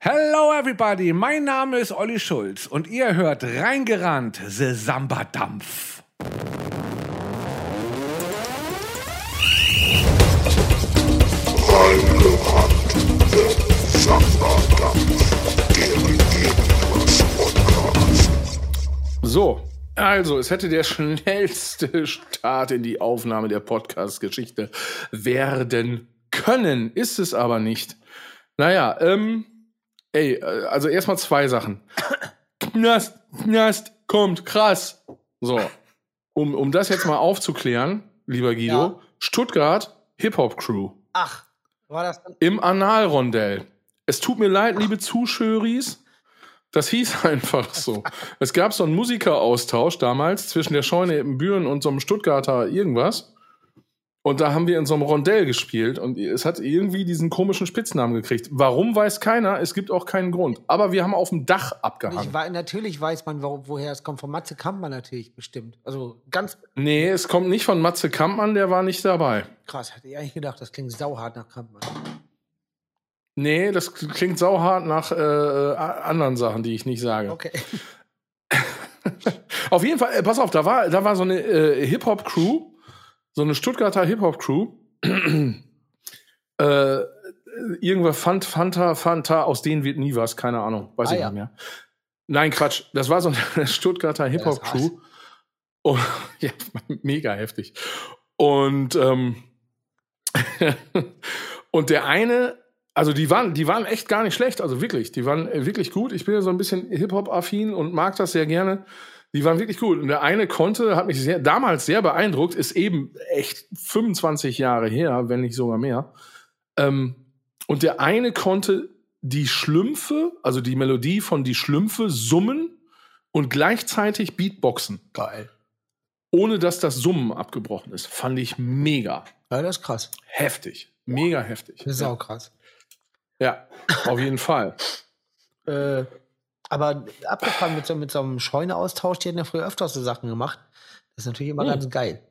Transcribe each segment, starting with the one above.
Hello everybody, mein Name ist Olli Schulz und ihr hört reingerannt The Samba Dampf. So, also es hätte der schnellste Start in die Aufnahme der Podcast-Geschichte werden können, ist es aber nicht. Naja, ähm, ey, äh, also erstmal zwei Sachen. Knast, Knast, kommt, krass. So, um, um das jetzt mal aufzuklären, lieber Guido, Ja. Stuttgart Hip-Hop-Crew Ach, war das dann? im Analrondell. Es tut mir leid, liebe Zuschöris. Das hieß einfach so. Es gab so einen Musikeraustausch damals zwischen der Scheune in Büren und so einem Stuttgarter irgendwas. Und da haben wir in so einem Rondell gespielt und es hat irgendwie diesen komischen Spitznamen gekriegt. Warum weiß keiner? Es gibt auch keinen Grund. Aber wir haben auf dem Dach Ich abgehangen. war, natürlich weiß man, wo, woher es kommt. Von Matze Kampmann natürlich bestimmt. Also ganz Nee, es kommt nicht von Matze Kampmann, der war nicht dabei. krass. Hätte ich eigentlich gedacht, das klingt sauhart nach Kampmann. Nee, das klingt sauhart nach äh, anderen Sachen, die ich nicht sage. Okay. Auf jeden Fall, äh, pass auf, da war, da war so eine äh, Hip-Hop-Crew, so eine Stuttgarter Hip-Hop-Crew. äh, irgendwas Fant, Fanta, Fanta, aus denen wird nie was, keine Ahnung, weiß Ah, ich ja. nicht mehr. Nein, Quatsch, das war so eine Stuttgarter Hip-Hop-Crew. Oh, ja, mega heftig. Und, ähm, und der eine, also die waren, die waren echt gar nicht schlecht, also wirklich, die waren äh, wirklich gut. Ich bin ja so ein bisschen Hip-Hop-affin und mag das sehr gerne. Die waren wirklich gut. Und der eine konnte, hat mich sehr, damals sehr beeindruckt, ist eben echt 25 Jahre her, wenn nicht sogar mehr. Ähm, und der eine konnte die Schlümpfe, also die Melodie von die Schlümpfe summen und gleichzeitig Beatboxen. Geil. Ohne dass das Summen abgebrochen ist. Fand ich mega Ja, das ist krass. heftig. Mega heftig. Das ist auch krass. Ja, auf jeden Fall. Äh, aber abgefahren mit so, mit so einem Scheuneaustausch, die hatten ja früher öfters so Sachen gemacht. Das ist natürlich immer Hm. ganz geil.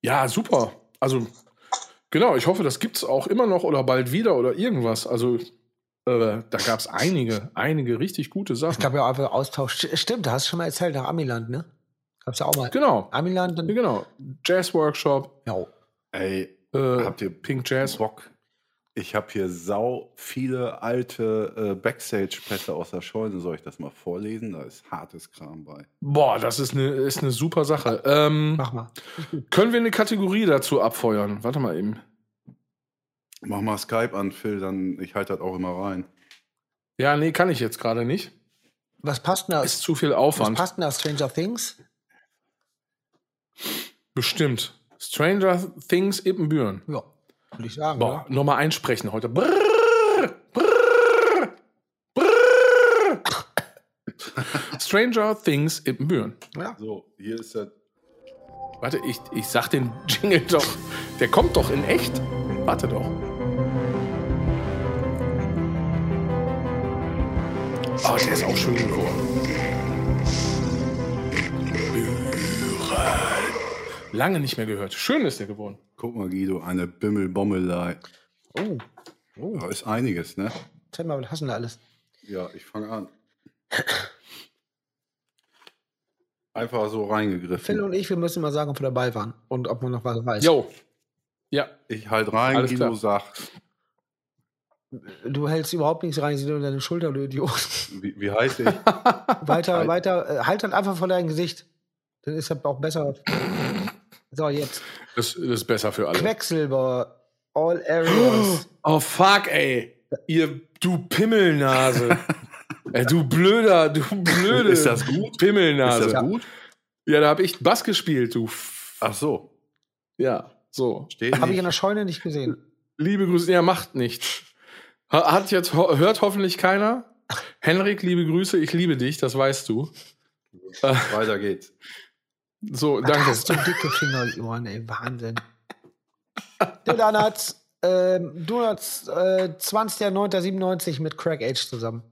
Ja, super. Also, genau, ich hoffe, das gibt's auch immer noch oder bald wieder oder irgendwas. Also, äh, da gab's einige, einige richtig gute Es Sachen. gab ja auch einfach Austausch. Stimmt, da hast du schon mal erzählt, nach Amiland, ne? Gab's ja auch mal. Genau, Amiland und. genau. Jazz-Workshop, Ja. Ey, äh, habt ihr Pink Jazz. Bock? Ich habe hier sau viele alte äh, Backstage-Pässe aus der Scheune. Soll ich das mal vorlesen? Da ist hartes Kram bei. Boah, das ist eine, ist eine super Sache. Ähm, Mach mal. können wir eine Kategorie dazu abfeuern? Warte mal eben. Mach mal Skype an, Phil, dann ich halte das auch immer rein. Ja, nee, kann ich jetzt gerade nicht. Was passt denn da? Ist zu viel Was Aufwand. passt denn da? Stranger Things? Bestimmt. Stranger Things Ippenbüren. Ja, würde ich sagen. Boah, Ne? nochmal einsprechen heute. Brrr, brrr, brrr. Stranger Things in Büren. Ja. So, hier ist das. Warte, ich, ich sag den Jingle doch. Der kommt doch in echt. Warte doch. Oh, der ist auch schön geworden. Büren. Lange nicht mehr gehört. Schön ist der geworden. Guck mal, Guido, eine Bimmelbommelei. Oh, Da ist einiges, ne? zeig mal, was hast du denn da alles? Ja, ich fange an. Einfach so reingegriffen. Phil und ich, wir müssen mal sagen, ob wir dabei waren und ob man noch was weiß. Jo. Ja, Ich halt rein, Alles Guido sagt. Du hältst überhaupt nichts rein, sie nur deine Schulter, du Idiot. Wie, wie heißt ich? weiter, Halt. weiter, äh, halt dann einfach vor deinem Gesicht. Dann ist das auch besser. so, jetzt. das, das ist besser für alle. Quecksilber, All Areas. Oh fuck, ey. Ihr, du Pimmelnase. ey, du blöder, du blöde Ist das gut? Pimmelnase. ist das gut? Ja, da hab ich Bass gespielt, du. F Ach so. ja, so. Steht Habe ich in nicht. der Scheune nicht gesehen. Liebe Grüße, ja, macht nichts. Ha- Hat jetzt, ho- hört hoffentlich keiner. Henrik, liebe Grüße, ich liebe dich, das weißt du. genau- Weiter geht's. So, Da danke. Hast du dicke Fingerohren, ey, Wahnsinn. Der Donuts, ähm, Donuts, äh, 20.09.97 mit Craig H zusammen.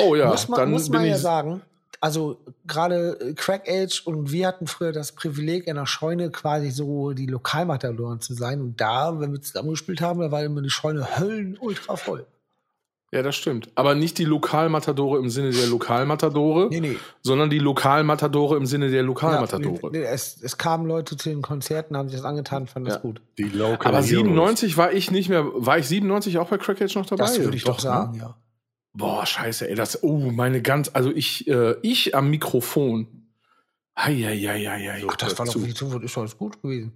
Oh ja, muss man, dann muss man bin ja ich. sagen, also gerade äh, Crack Age und wir hatten früher das Privileg, in der Scheune quasi so die Lokalmatadoren zu sein. Und da, wenn wir zusammen gespielt haben, da war immer die Scheune höllen ultra voll. Ja, das stimmt. Aber nicht die Lokalmatadore im Sinne der Lokalmatadore, Nee, nee. sondern die Lokalmatadore im Sinne der Ja, Lokalmatadore. nee, es, es kamen Leute zu den Konzerten, haben sich das angetan, fanden das gut. Die Local Aber Heroes. 97 war ich nicht mehr, war ich 97 auch bei Crackage noch dabei? Das würde ich doch ne? sagen, ja. Boah, scheiße, ey, das, oh, meine ganz, also ich, äh, ich am Mikrofon. Eieieiei. Ach, das war doch viel zu, ist alles gut gewesen.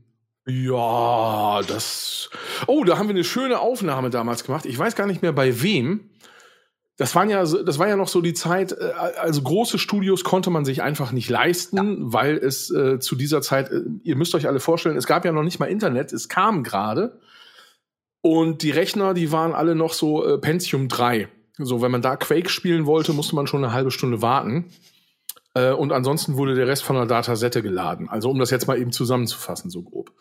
Ja, das. Oh, da haben wir eine schöne Aufnahme damals gemacht. Ich weiß gar nicht mehr bei wem. Das waren ja, so- das war ja noch so die Zeit, äh, also große Studios konnte man sich einfach nicht leisten, weil es äh, zu dieser Zeit, äh, ihr müsst euch alle vorstellen, es gab ja noch nicht mal Internet, es kam gerade. Und die Rechner, die waren alle noch so äh, Pentium 3. So, wenn man da Quake spielen wollte, musste man schon eine halbe Stunde warten. Äh, und ansonsten wurde der Rest von der Datasette geladen. Also, um das jetzt mal eben zusammenzufassen, so grob.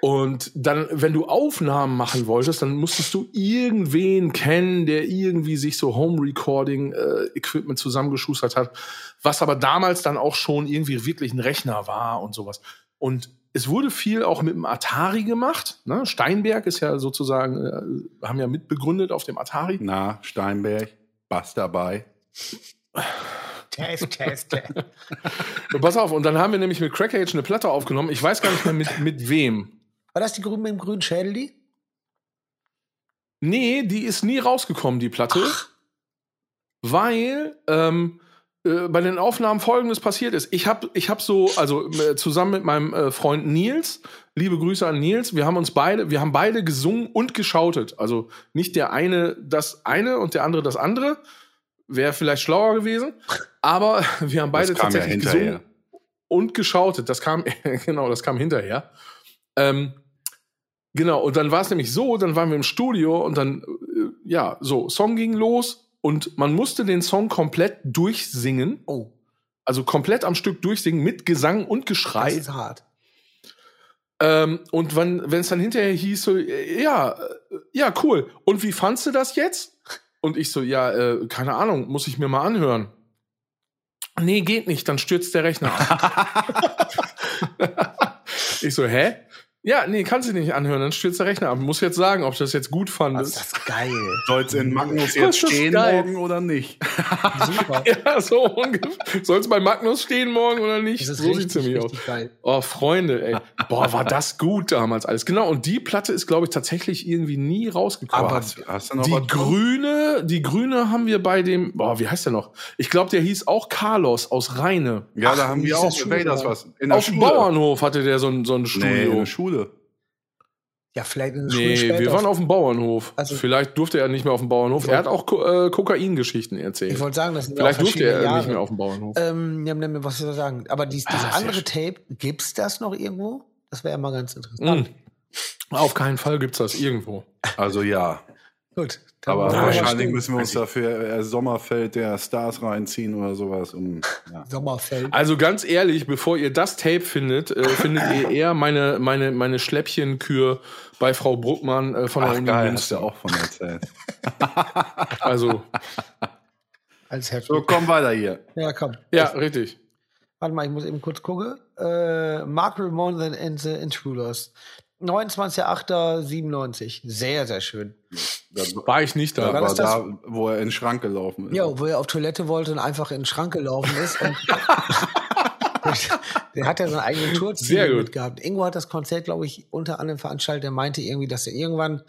Und dann, wenn du Aufnahmen machen wolltest, dann musstest du irgendwen kennen, der irgendwie sich so Home-Recording-Equipment zusammengeschustert hat, was aber damals dann auch schon irgendwie wirklich ein Rechner war und sowas. Und es wurde viel auch mit dem Atari gemacht. Ne? Steinberg ist ja sozusagen, äh, haben ja mitbegründet auf dem Atari. Na, Steinberg, Bass dabei. Test, test, test. Und pass auf, und dann haben wir nämlich mit Crackage eine Platte aufgenommen. Ich weiß gar nicht mehr mit, mit wem. War das die Grünen mit dem grünen Schädel, die? Nee, die ist nie rausgekommen, die Platte. Weil ähm, äh, bei den Aufnahmen folgendes passiert ist. Ich habe ich hab so, also äh, zusammen mit meinem äh, Freund Nils, liebe Grüße an Nils, wir haben uns beide, wir haben beide gesungen und geschautet. Also nicht der eine das eine und der andere das andere. Wäre vielleicht schlauer gewesen. Aber wir haben beide Das kam ja tatsächlich hinterher. gesungen und geschautet. Das kam, genau, das kam hinterher. Ähm, genau, und dann war es nämlich so, dann waren wir im Studio und dann, äh, ja, so, Song ging los und man musste den Song komplett durchsingen. Oh, Also komplett am Stück durchsingen mit Gesang und das Geschrei. ist hart. Ähm, und wenn es dann hinterher hieß, so, äh, ja, äh, ja, cool. Und wie fandst du das jetzt? Und ich so, ja, äh, keine Ahnung, muss ich mir mal anhören. Nee, geht nicht, dann stürzt der Rechner ab. ich so, hä? Ja, nee, kannst du nicht anhören, dann stürzt der Rechner ab. Muss jetzt sagen, ob du das jetzt gut Das ist fandest. das geil. Soll's in Magnus Das jetzt ist stehen geil. morgen oder nicht? Super. Ja, so ungefähr. Soll es bei Magnus stehen morgen oder nicht? Das ist So sieht's richtig, nämlich aus. richtig geil. Oh, Freunde, ey. Boah, war das gut damals alles. Genau, und die Platte ist, glaube ich, tatsächlich irgendwie nie rausgekommen. Aber hast, hast du noch die was? Grüne, die Grüne haben wir bei dem, boah, wie heißt der noch? Ich glaube, der hieß auch Carlos aus Rheine. Ja, Ach, da haben wie wir ist auch das mit schon Vaders wieder? was. In Auf dem Bauernhof hatte der so ein, so ein Nee, in Studio. der Schule. Ja, vielleicht in der Schule Nee, später. wir waren auf dem Bauernhof. Also- Vielleicht durfte er nicht mehr auf dem Bauernhof. Er hat auch Ko äh, Kokaingeschichten ich erzählt. wollte sagen, das sind ja Vielleicht auch durfte er verschiedene Jahre. nicht mehr auf dem Bauernhof. Ähm, ja, ne, was soll ich sagen? Aber dies, dieses Ah, sehr andere Tape, gibt's das noch irgendwo? Das wäre ja mal ganz Mm. interessant. Auf keinen Fall gibt's das irgendwo. Also ja. Gut. dann Aber machen wir mal wahrscheinlich still. müssen wir uns dafür äh, Sommerfeld der Stars reinziehen oder sowas. Um, ja. Sommerfeld. Also ganz ehrlich, bevor ihr das Tape findet, äh, findet ihr eher meine, meine, meine Schläppchenkür bei Frau Bruckmann äh, von der Ach Uni geil, hast Münster. du auch von erzählt. Also, Als Heft. So, komm weiter hier. Ja, komm. ja, richtig. Warte mal, ich muss eben kurz gucken. Äh, Mark Ramon and the Intruders. 29.08.97. Sehr, sehr schön. Da, War ich nicht da da. war war das da, wo er in den Schrank gelaufen ist. Ja, wo er auf Toilette wollte und einfach in den Schrank gelaufen ist. Und der hat ja seine eigene Tour Sehr gut. mitgehabt. Ingo hat das Konzert, glaube ich, unter anderem veranstaltet. Er meinte irgendwie, dass er irgendwann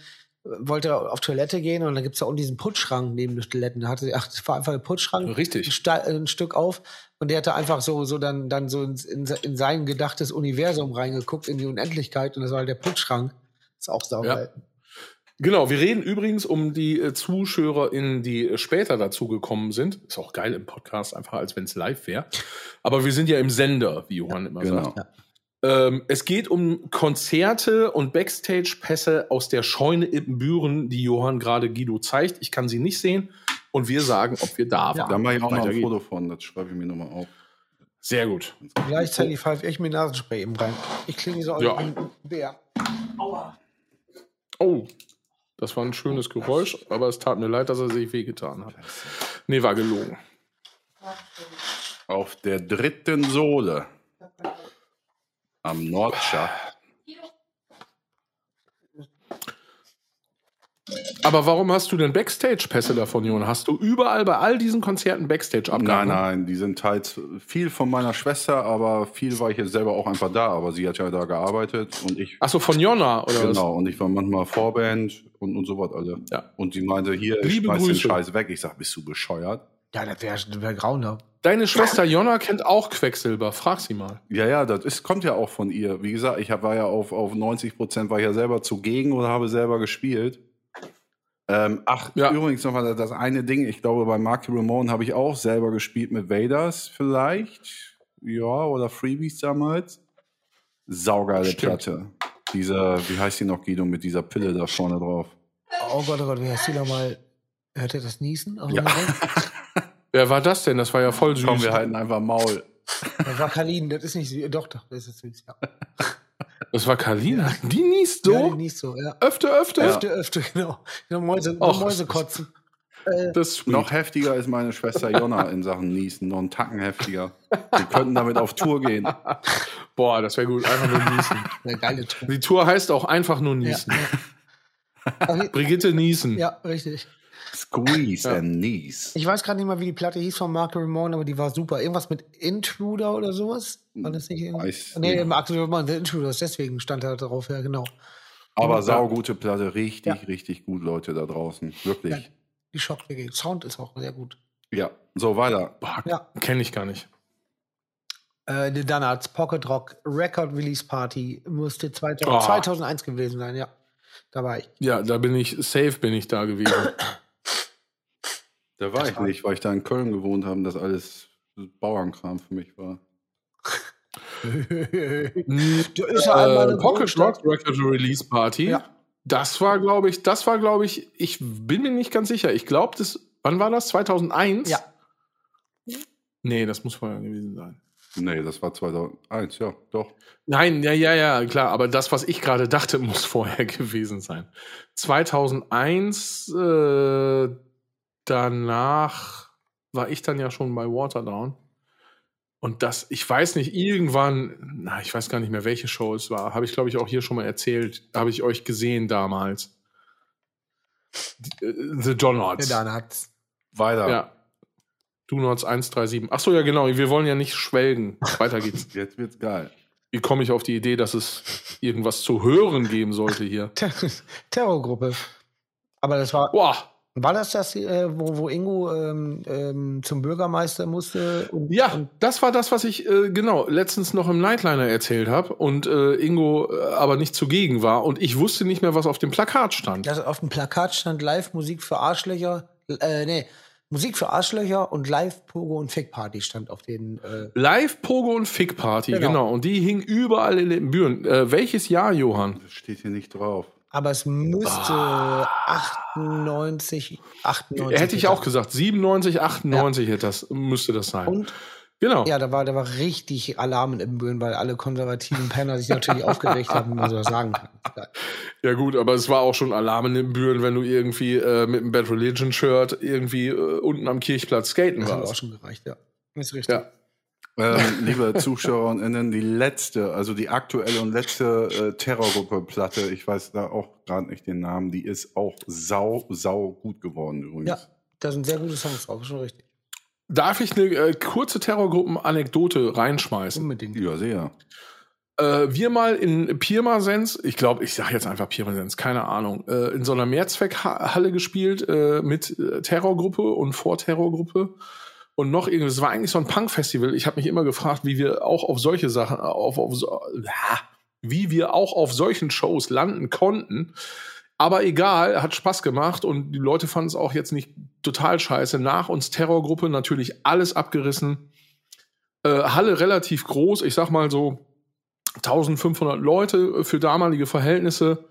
äh, wollte er auf Toilette gehen und dann gibt's ja unten diesen Putzschrank neben den Toiletten. Da hatte, ach, das war einfach ein Putzschrank. Ein, Richtig. Sta- ein Stück auf und der hatte einfach so, so dann, dann so in, in, se- in sein gedachtes Universum reingeguckt, in die Unendlichkeit und das war halt der Putzschrank. Ist auch sauber. Genau, wir reden übrigens um die äh, ZuschauerInnen, die äh, später dazugekommen sind. Ist auch geil im Podcast, einfach als wenn es live wäre. Aber wir sind ja im Sender, wie Johann immer Genau. sagt. Ähm, es geht um Konzerte und Backstage-Pässe aus der Scheune Ippenbüren, die Johann gerade Guido zeigt. Ich kann sie nicht sehen. Und wir sagen, ob wir da Da waren. mache ich auch noch Weiter ein geht's. Foto von, das schreibe ich mir nochmal auf. Sehr gut. Gleichzeitig pfeife ich mir Nasenspray eben rein. Ich klinge so aus Ja. wie ein Bär. Oh, das war ein schönes Geräusch, aber es tat mir leid, dass er sich wehgetan hat. Nee, war gelogen. Auf der dritten Sohle am Nordschaft. Aber warum hast du denn Backstage-Pässe davon, Jon? Hast du überall bei all diesen Konzerten Nein, Backstage-Abgaben? nein, die sind teils viel von meiner Schwester, aber viel war ich jetzt selber auch einfach da. Aber sie hat ja da gearbeitet und ich. Achso, von Jonna oder Genau, und ich war manchmal Vorband und, und sowas, alle. Ja. Und die meinte, hier, ich Liebe schmeiß den Grüße. Scheiß weg. Ich sag, bist du bescheuert? Ja, das wäre wär ne? grauenhaft. was? Deine Schwester Jonna kennt auch Quecksilber. Frag sie mal. Ja, ja, das ist, kommt ja auch von ihr. Wie gesagt, ich hab, war ja auf, auf 90 Prozent, war ich ja selber zugegen oder habe selber gespielt. Ähm, ach, Ja. übrigens nochmal das eine Ding. Ich glaube, bei Marky Ramone habe ich auch selber gespielt mit Vaders vielleicht. Ja, oder Freebies damals. Saugeile Stimmt. Platte. Diese, wie heißt die noch, Guido, mit dieser Pille da vorne drauf? Oh Gott, oh Gott, wie heißt die nochmal? Hört ihr das Niesen? Oh Auch Ja. nochmal? Wer war das denn? Das war ja voll süß. Komm, wir halten einfach Maul. Das war Kalin, das ist nicht süß. Doch, doch, das ist süß. Ja. Das war Kalina. Die niest so. Ja, die nicht so, ja. Öfter, öfter. Öfter, öfter, genau. Genau, Mäuse, Och. Mäuse kotzen. Das ist sweet. Noch heftiger ist meine Schwester Jonna in Sachen Niesen, noch einen Tacken heftiger. Wir könnten damit auf Tour gehen. Boah, das wäre gut. Einfach nur niesen. Eine geile Truppe. Die Tour heißt auch einfach nur Ja, niesen. ja. Aber- Brigitte niesen. ja, richtig. Squeeze Ja. and Knees. Ich weiß gerade nicht mal, wie die Platte hieß von Mark Ramone, aber die war super. Irgendwas mit Intruder oder sowas? War das nicht irgendwie? Weiß nee, nicht. Mark Ramone, The Intruders, deswegen stand da drauf, ja, genau. Aber saugute Platte, richtig, richtig gut, Leute da draußen. Wirklich. Die Schockwege. Sound ist auch sehr gut. Ja, so weiter. Boah, Ja. kenne ich gar nicht. Äh, The Donuts, Pocket Rock, Record Release Party, müsste 2000, Oh. 2001 gewesen sein, ja. Da war ich. Ja, da bin ich, safe bin ich da gewesen. Da war ich nicht, weil ich da in Köln gewohnt habe, und das alles Bauernkram für mich war. Du ist ja einmal äh, eine Pocket Großstadt. Rock Record Release Party. Ja. Das war, glaube ich, das war, glaube ich, ich bin mir nicht ganz sicher. Ich glaube, das, wann war das? 2001? Ja. Nee, das muss vorher gewesen sein. Nee, das war 2001, ja, doch. Nein, ja, ja, ja, klar, aber das, was ich gerade dachte, muss vorher gewesen sein. 2001, äh, danach war ich dann ja schon bei Waterdown. Und das, ich weiß nicht, irgendwann, na, ich weiß gar nicht mehr, welche Show es war, habe ich, glaube ich, auch hier schon mal erzählt, habe ich euch gesehen damals. Die, äh, The Donuts. The Donuts. Weiter. ja. Donuts 137. Achso, ja, genau, wir wollen ja nicht schwelgen. Weiter geht's. Jetzt wird's geil. Wie komme ich auf die Idee, dass es irgendwas zu hören geben sollte hier? Ter Terrorgruppe. Aber das war, Boah, war das das, äh, wo, wo Ingo ähm, ähm, zum Bürgermeister musste? Und, ja, Und, das war das, was ich äh, genau letztens noch im Nightliner erzählt habe und äh, Ingo äh, aber nicht zugegen war und ich wusste nicht mehr, was auf dem Plakat stand. das auf dem Plakat stand Live Musik für Arschlöcher. Äh, nee, Musik für Arschlöcher und Live Pogo und Fick Party stand auf den. Äh, Live Pogo und Fick Party, Genau. genau. Und die hing überall in den Büren. Äh, welches Jahr, Johann? Das steht hier nicht drauf. aber es müsste 98, 98. Hätte ich auch gesagt, 97, 98 hätte das, müsste das sein. Und genau. Ja, da war, da war richtig Alarm in Imbüren, weil alle konservativen Penner sich natürlich aufgeregt haben, wenn man so sagen kann. Ja gut, aber es war auch schon Alarm in den Büren, wenn du irgendwie äh, mit einem Bad Religion Shirt irgendwie äh, unten am Kirchplatz skaten Das hat auch warst. schon gereicht, ja. Ist richtig. Ja. Ähm, liebe Zuschauer und Innen, die letzte, also die aktuelle und letzte äh, Terrorgruppe-Platte, ich weiß da auch gerade nicht den Namen, die ist auch sau, sau gut geworden übrigens. Ja, da sind sehr gute Songs drauf, schon richtig. Darf ich eine äh, kurze Terrorgruppen-Anekdote reinschmeißen? Unbedingt. Ja, sehr. äh, wir mal in Pirmasens, ich glaube, ich sage jetzt einfach Pirmasens, keine Ahnung, äh, in so einer Mehrzweckhalle gespielt äh, mit äh, Terrorgruppe und Vorterrorgruppe und noch irgendwas. Es war eigentlich so ein Punk-Festival. Ich habe mich immer gefragt, wie wir auch auf solche Sachen, auf, auf so, ja, wie wir auch auf solchen Shows landen konnten. Aber egal, hat Spaß gemacht und die Leute fanden es auch jetzt nicht total scheiße. Nach uns Terrorgruppe natürlich alles abgerissen. Äh, Halle relativ groß, ich sag mal so 1500 Leute äh, für damalige Verhältnisse.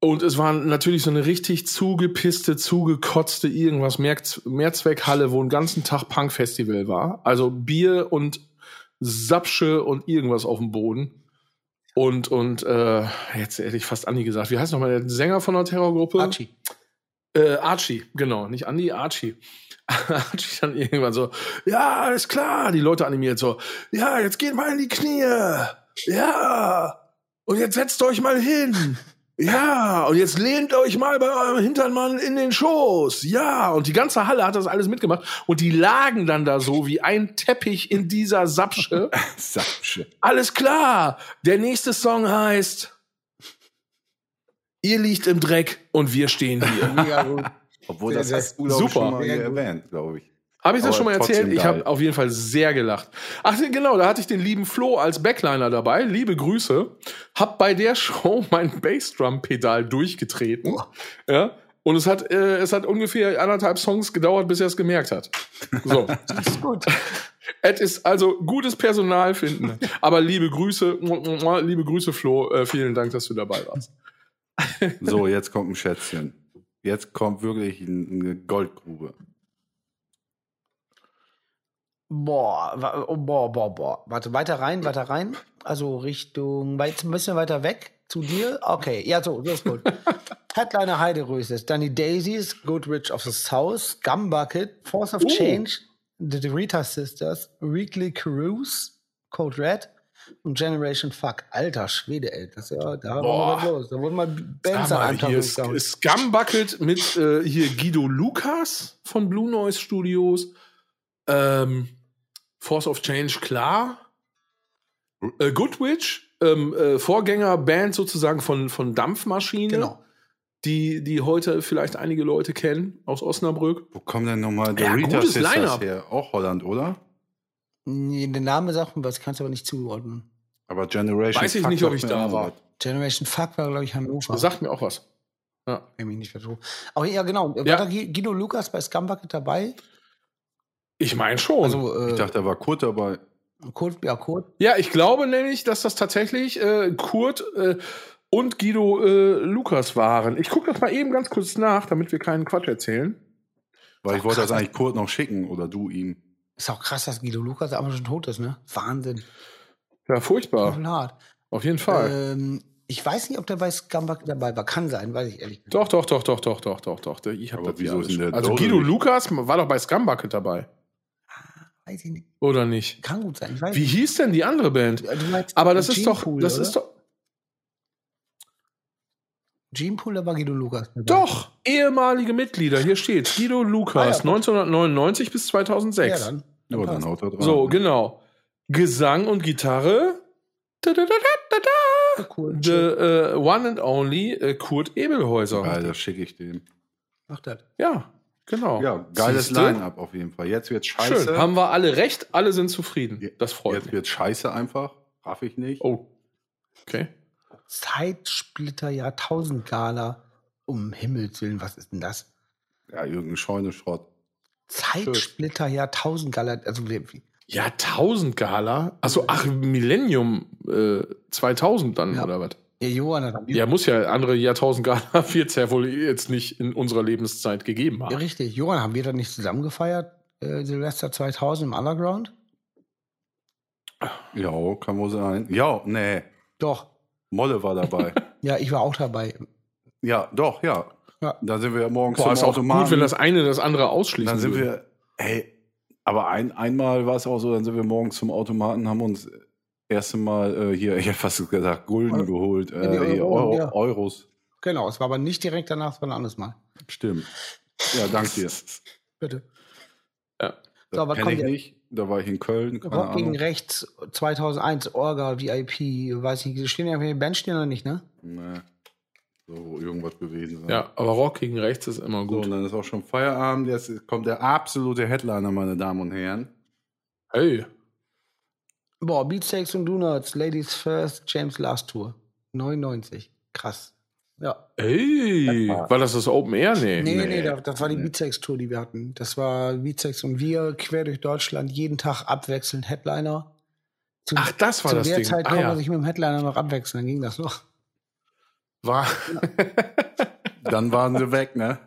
Und es war natürlich so eine richtig zugepisste, zugekotzte irgendwas Merz- Mehrzweckhalle, wo einen ganzen Tag Punk-Festival war. Also Bier und Sapsche und irgendwas auf dem Boden. Und, und äh, jetzt hätte ich fast Andi gesagt. Wie heißt nochmal der Sänger von der Terrorgruppe? Archie. Äh, Archie, genau, nicht Andy, Archie. Archie dann irgendwann so, ja, alles klar, die Leute animiert so, ja, jetzt geht mal in die Knie, ja, und jetzt setzt euch mal hin, Ja, und jetzt lehnt euch mal bei eurem Hinternmann in den Schoß. Ja, und die ganze Halle hat das alles mitgemacht. Und die lagen dann da so wie ein Teppich in dieser Sapsche. Sapsche. Alles klar, der nächste Song heißt Ihr liegt im Dreck und wir stehen hier. Mega gut. Obwohl, Sehr, das sehr hast du, glaube super. ich, schon mal Sehr hier gut. erwähnt, glaube ich. Habe ich das Aber schon mal trotzdem erzählt? Ich geil. habe auf jeden Fall sehr gelacht. Ach genau, da hatte ich den lieben Flo als Backliner dabei. Liebe Grüße. Hab bei der Show mein Bassdrum-Pedal durchgetreten. Ja. Und es hat, äh, es hat ungefähr anderthalb Songs gedauert, bis er es gemerkt hat. So. Das ist gut. Es ist also gutes Personal finden. Aber liebe Grüße, liebe Grüße, Flo. Äh, vielen Dank, dass du dabei warst. So, jetzt kommt ein Schätzchen. Jetzt kommt wirklich ein- eine Goldgrube. Boah, wa- oh, boah, boah, boah. Warte, weiter rein, weiter rein. Also Richtung, weit, ein bisschen weiter weg zu dir. Okay, ja, so, das ist gut. Headliner Heideröses, dann die Daisies, Goodrich of the South, Gumbucket, Force of Oh. Change, The Rita Sisters, Weekly Cruise, Code Red und Generation Fuck. Alter Schwede, ey. Das, ist ja, da war Boah. mal was los. Da wurden mal Bands Sag mal, am Tag hier geklaut. Sc- Scumbucket mit äh, hier Guido Lukas von Blue Noise Studios. Ähm, Force of Change, klar. Äh, Goodwitch, ähm, äh, Vorgängerband sozusagen von, von Dampfmaschine, Genau. die, die heute vielleicht einige Leute kennen aus Osnabrück. Wo kommen denn nochmal die Ja, Rita gutes Sisters Line-up. her? Auch Holland, oder? Nee, der Name sagt mir was, kannst aber nicht zuordnen. Aber Generation. Weiß ich Fuck nicht, ob sagt ich mir da auch war. was. Generation Fuck war, glaube ich, Hannover. Sagt mir auch was. Ja. wenn mich nicht vertue. Aber ja, genau. War Ja. da Gu- Guido Lukas bei Scumbucket dabei? Oh, Ich meine schon. Also, äh, Ich dachte, da war Kurt dabei. Kurt, ja, Kurt. Ja, ich glaube nämlich, dass das tatsächlich äh, Kurt äh, und Guido äh, Lukas waren. Ich gucke das mal eben ganz kurz nach, damit wir keinen Quatsch erzählen. Weil ich Ach, wollte krass. das eigentlich Kurt noch schicken oder du ihm. Ist auch krass, dass Guido Lukas aber schon tot ist, ne? Wahnsinn. Ja, furchtbar. Voll hart. Auf jeden Fall. Ähm, ich weiß nicht, ob der bei Scumbucket dabei war. Kann sein, weiß ich ehrlich. nicht. Doch, doch, doch, doch, doch, doch, doch, doch. Ich hab Aber das wieso hier ist denn alles. der Also Dose Guido nicht? Lukas war doch bei Scumbucket dabei, Weiß ich nicht. oder nicht? Kann gut sein. Ich weiß Wie nicht. Äh, hieß denn die andere Band? Du meinst Aber das ist Gene doch, Pool, das oder? ist doch, Gene Pool, da war Guido Lukas. dabei. doch ehemalige Mitglieder. Hier steht Guido Lukas, Ah, ja. 1999 bis Ja, 2006. dann. Ja, dann passt. haut er dran. So, genau. Gesang und Gitarre. Da, da, da, da, da, da. Ja, cool. The äh, one and only äh, Kurt Ebelhäuser. Geil, das schicke ich dem. Macht das. Ja, genau. Ja, geiles Siehste? Line-Up auf jeden Fall. Jetzt wird scheiße. Schön. Haben wir alle recht, alle sind zufrieden. Das freut Jetzt mich. wird scheiße einfach. Raff ich nicht. Oh. Okay. Zeitsplitter Jahrtausendgala. Um Himmels Willen, was ist denn das? Ja, Jürgen Scheuneschrott. Zeitsplitter Jahrtausendgala. Also, wie, wie- Ja, 1000 Gala. Achso, ach, Millennium äh, 2000 dann, Ja. oder was? ja, Johann hat am Ja, muss ja andere Jahrtausend Gala wird's ja wohl jetzt nicht in unserer Lebenszeit gegeben Ja, haben. richtig. Johann, haben wir da nicht zusammen gefeiert? Äh, Silvester 2000 im Underground? Ja, kann wohl sein. Ja, nee. Doch. Molle war dabei. Ja, ich war auch dabei. ja, doch, ja. Ja. Da sind wir ja morgens Boah, ist auch gut, wenn das eine das andere ausschließt. dann sind wir, hey, aber ein, einmal war es auch so, dann sind wir morgens zum Automaten, haben uns das erste Mal äh, hier, ich hätte fast gesagt, Gulden Ja. geholt, äh, die hier, Euro, Euro, ja. Euros. Genau, es war aber nicht direkt danach, es war ein anderes Mal. Stimmt. Ja, dank dir. Das Bitte. So, so, aber kenne komm, ich wir- nicht. Da war ich in Köln, keine Rock gegen Ahnung. Rechts 2001, Orga, VIP, weiß nicht, stehen ja irgendwelche Bands stehen oder nicht, ne? Nee. So, irgendwas gewesen. sein. Ja, aber Rock gegen rechts ist immer So, gut. und dann ist auch schon Feierabend. Jetzt kommt der absolute Headliner, meine Damen und Herren. Hey. Boah, Beatsteaks und Donuts, Ladies First, James Last Tour. 99. Krass. Ja. Ey, war das das Open Air? Nee. Nee, nee, nee, da- das war die nee. Beatsex Tour, die wir hatten. Das war Beatsex und wir quer durch Deutschland, jeden Tag abwechselnd Headliner. Zu- Ach, das war Zu das der Ding. Zeit ah, konnte ja. man sich mit dem Headliner noch abwechseln, dann ging das noch. war, Dann waren sie weg, ne?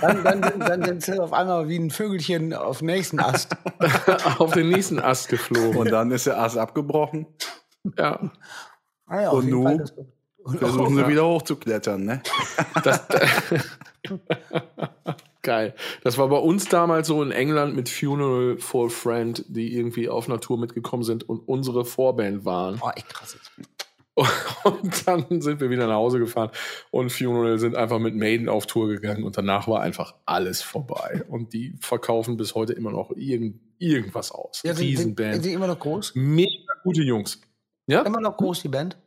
Dann, dann, sind- dann sind sie auf einmal wie ein Vögelchen auf dem nächsten Ast. auf den nächsten Ast geflogen. Und dann ist der Ass abgebrochen. ja. Ah ja, Und nun? das- und auch, Versuchen sie wieder hochzuklettern, ne? Das, geil. Das war bei uns damals so in England mit Funeral for a Friend, die irgendwie auf Natur mitgekommen sind und unsere Vorband waren. oh, echt krass. Und Und dann sind wir wieder nach Hause gefahren und Funeral sind einfach mit Maiden auf Tour gegangen und danach war einfach alles vorbei. Und die verkaufen bis heute immer noch irgend, irgendwas aus. Ja, sind, sind, sind Riesenband. die immer noch groß? Mega gute Jungs. Ja? Immer noch groß, die Band?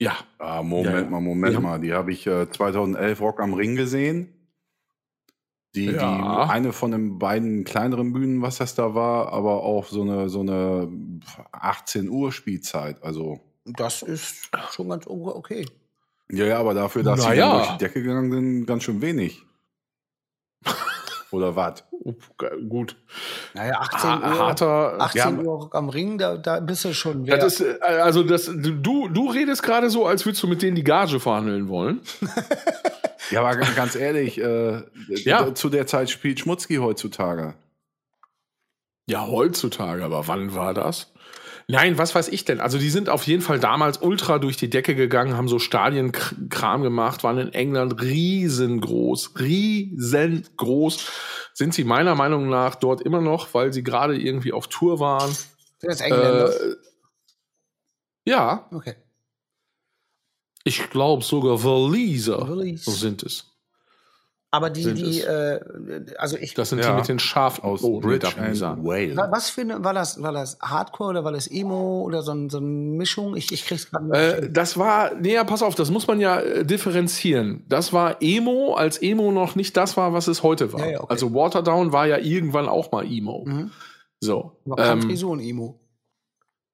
Ja. Ah, Moment Ja, ja. mal, Moment Die haben- mal. Die habe ich äh, 2011 Rock am Ring gesehen. Die, Ja. die eine von den beiden kleineren Bühnen, was das da war, aber auch so eine, so eine 18 Uhr Spielzeit. Also, Das ist schon ganz o- okay. ja, ja, aber dafür, dass sie Naja. dann durch die Decke gegangen sind, ganz schön wenig. Oder was? Upp, ge- Gut. Naja, 18 Ha- Uhr, Harter. 18 Ja, Uhr am Ring, da, da bist du schon Ja, wer. das ist, äh, also das, du, du redest gerade so, als würdest du mit denen die Gage verhandeln wollen. Ja, aber g- ganz ehrlich, äh, Ja. d- zu der Zeit spielt Schmutzki heutzutage. Ja, heutzutage, aber wann war das? Nein, was weiß ich denn? Also die sind auf jeden Fall damals ultra durch die Decke gegangen, haben so Stadienkram gemacht, waren in England riesengroß, riesengroß. Sind sie meiner Meinung nach dort immer noch, weil sie gerade irgendwie auf Tour waren. Sind das Äh, Engländer? ja, okay. ich glaube sogar Waliser Willis. so sind es. Aber die, sind die, es. äh, also ich. Das sind Ja. die mit den Schafen. Aus Oh, nee, Bridge darf ich nicht and sagen. wa- Wales. was für eine, war das, war das Hardcore oder war das Emo oder so, ein, so eine Mischung? Ich, ich krieg's gerade nicht. Äh, das war, nee, ja, pass auf, das muss man ja äh, differenzieren. Das war Emo, als Emo noch nicht das war, was es heute war. Ja, ja, okay. Also Waterdown war ja irgendwann auch mal Emo. Mhm. So. Aber Country Ähm, so ein Emo.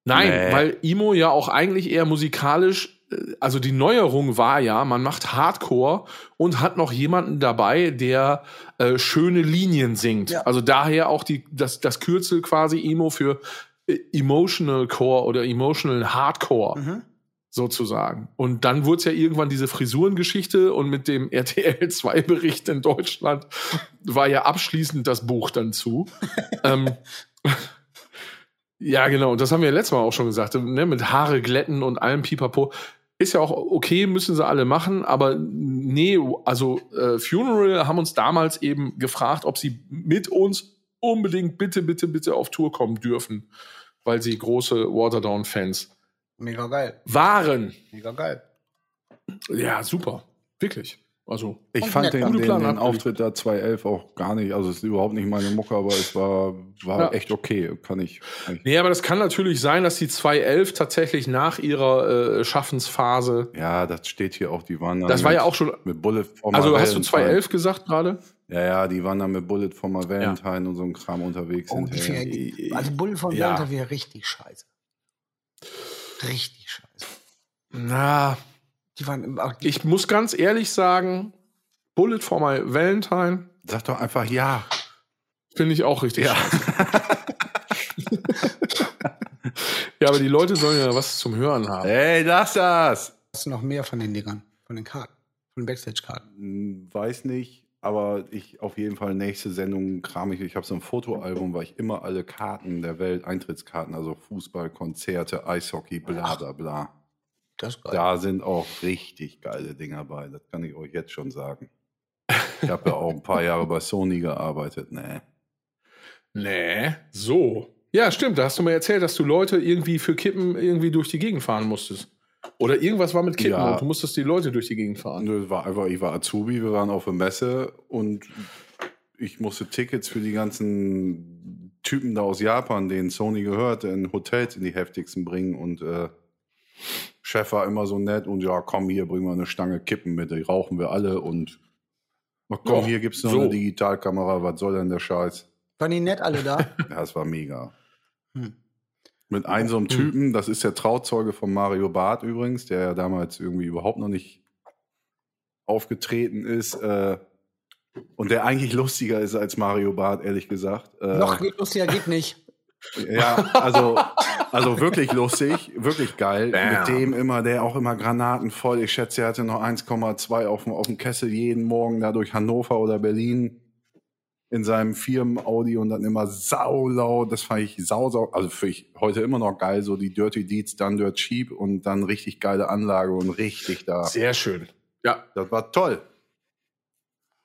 nein, Nee. weil Emo ja auch eigentlich eher musikalisch, äh, also die Neuerung war ja, man macht Hardcore und hat noch jemanden dabei, der äh, schöne Linien singt. Ja. Also daher auch die, das, das Kürzel quasi Emo für äh, Emotional Core oder Emotional Hardcore Mhm. sozusagen. Und dann wurde es ja irgendwann diese Frisurengeschichte und mit dem RTL 2 Bericht in Deutschland war ja abschließend das Buch dann zu. ähm, ja, genau. Und das haben wir letztes Mal auch schon gesagt. Ne? Mit Haare glätten und allem Pipapo. Ist ja auch okay, müssen sie alle machen, aber nee, also äh, Funeral haben uns damals eben gefragt, ob sie mit uns unbedingt bitte, bitte, bitte auf Tour kommen dürfen, weil sie große Waterdown-Fans Mega geil. waren. Mega geil. Ja, super. Wirklich. Also, Ich Und fand nett. den, Gute den, Plan den hat- Auftritt da 2.11 auch gar nicht, also es ist überhaupt nicht meine Mucke, aber es war, war Ja. echt okay, kann ich. Kann ich nee, aber das kann natürlich sein, dass die 211 tatsächlich nach ihrer äh, Schaffensphase. ja, das steht hier auch, die waren dann Das war ja mit- auch schon. mit Bullet for Also, My hast du Valentine. 211 gesagt gerade? Ja, ja, die waren dann mit Bullet for My Valentine und so ein Kram unterwegs. Oh, die hinterher. Finger, die, also Bullen von äh, Ja. Walter wäre richtig scheiße. Richtig scheiße. Na, Die waren im- auch die, ich muss ganz ehrlich sagen, Bullet for my Valentine Sag doch einfach ja. finde ich auch richtig. Ja. ja, aber die Leute sollen ja was zum Hören haben. Ey, lass das! hast du noch mehr von den Dingern, von den Karten, von den Backstage-Karten. Hm, Weiß nicht, aber ich auf jeden Fall nächste Sendung kram ich. Ich habe so ein Fotoalbum, weil ich immer alle Karten der Welt, Eintrittskarten, also Fußball, Konzerte, Eishockey, bla bla bla. Das ist geil. Da sind auch richtig geile Dinger bei, das kann ich euch jetzt schon sagen. Ich habe ja auch ein paar Jahre bei Sony gearbeitet, ne. Nee, so. Ja, stimmt. Da hast du mir erzählt, dass du Leute irgendwie für Kippen irgendwie durch die Gegend fahren musstest. Oder irgendwas war mit Kippen Ja. und du musstest die Leute durch die Gegend fahren. Nö, war einfach, ich war Azubi, wir waren auf der Messe und ich musste Tickets für die ganzen Typen da aus Japan, denen Sony gehört, in Hotels in die heftigsten bringen und äh, Chef war immer so nett und ja, komm hier, bring mal eine Stange Kippen mit, die rauchen wir alle und ach komm, Ja, hier gibt's noch so. eine Digitalkamera, was soll denn der Scheiß? Waren die nett alle da? Ja, das war mega. Hm. Mit einem so einem Typen, das ist der Trauzeuge von Mario Barth übrigens, der ja damals irgendwie überhaupt noch nicht aufgetreten ist. Äh, und der eigentlich lustiger ist als Mario Barth, ehrlich gesagt. Äh, Noch geht lustiger, geht nicht. ja, also, also wirklich lustig, wirklich geil. Mit dem immer, der auch immer Granaten voll. Ich schätze, er hatte noch 1,2 auf dem, auf dem Kessel jeden Morgen da durch Hannover oder Berlin in seinem Firmen-Audi und dann immer saulaut. Das fand ich sau, sau, also für ich heute immer noch geil. So die Dirty Deeds, dann Dirt Cheap und dann richtig geile Anlage und richtig da. Sehr schön. Ja, Das war toll.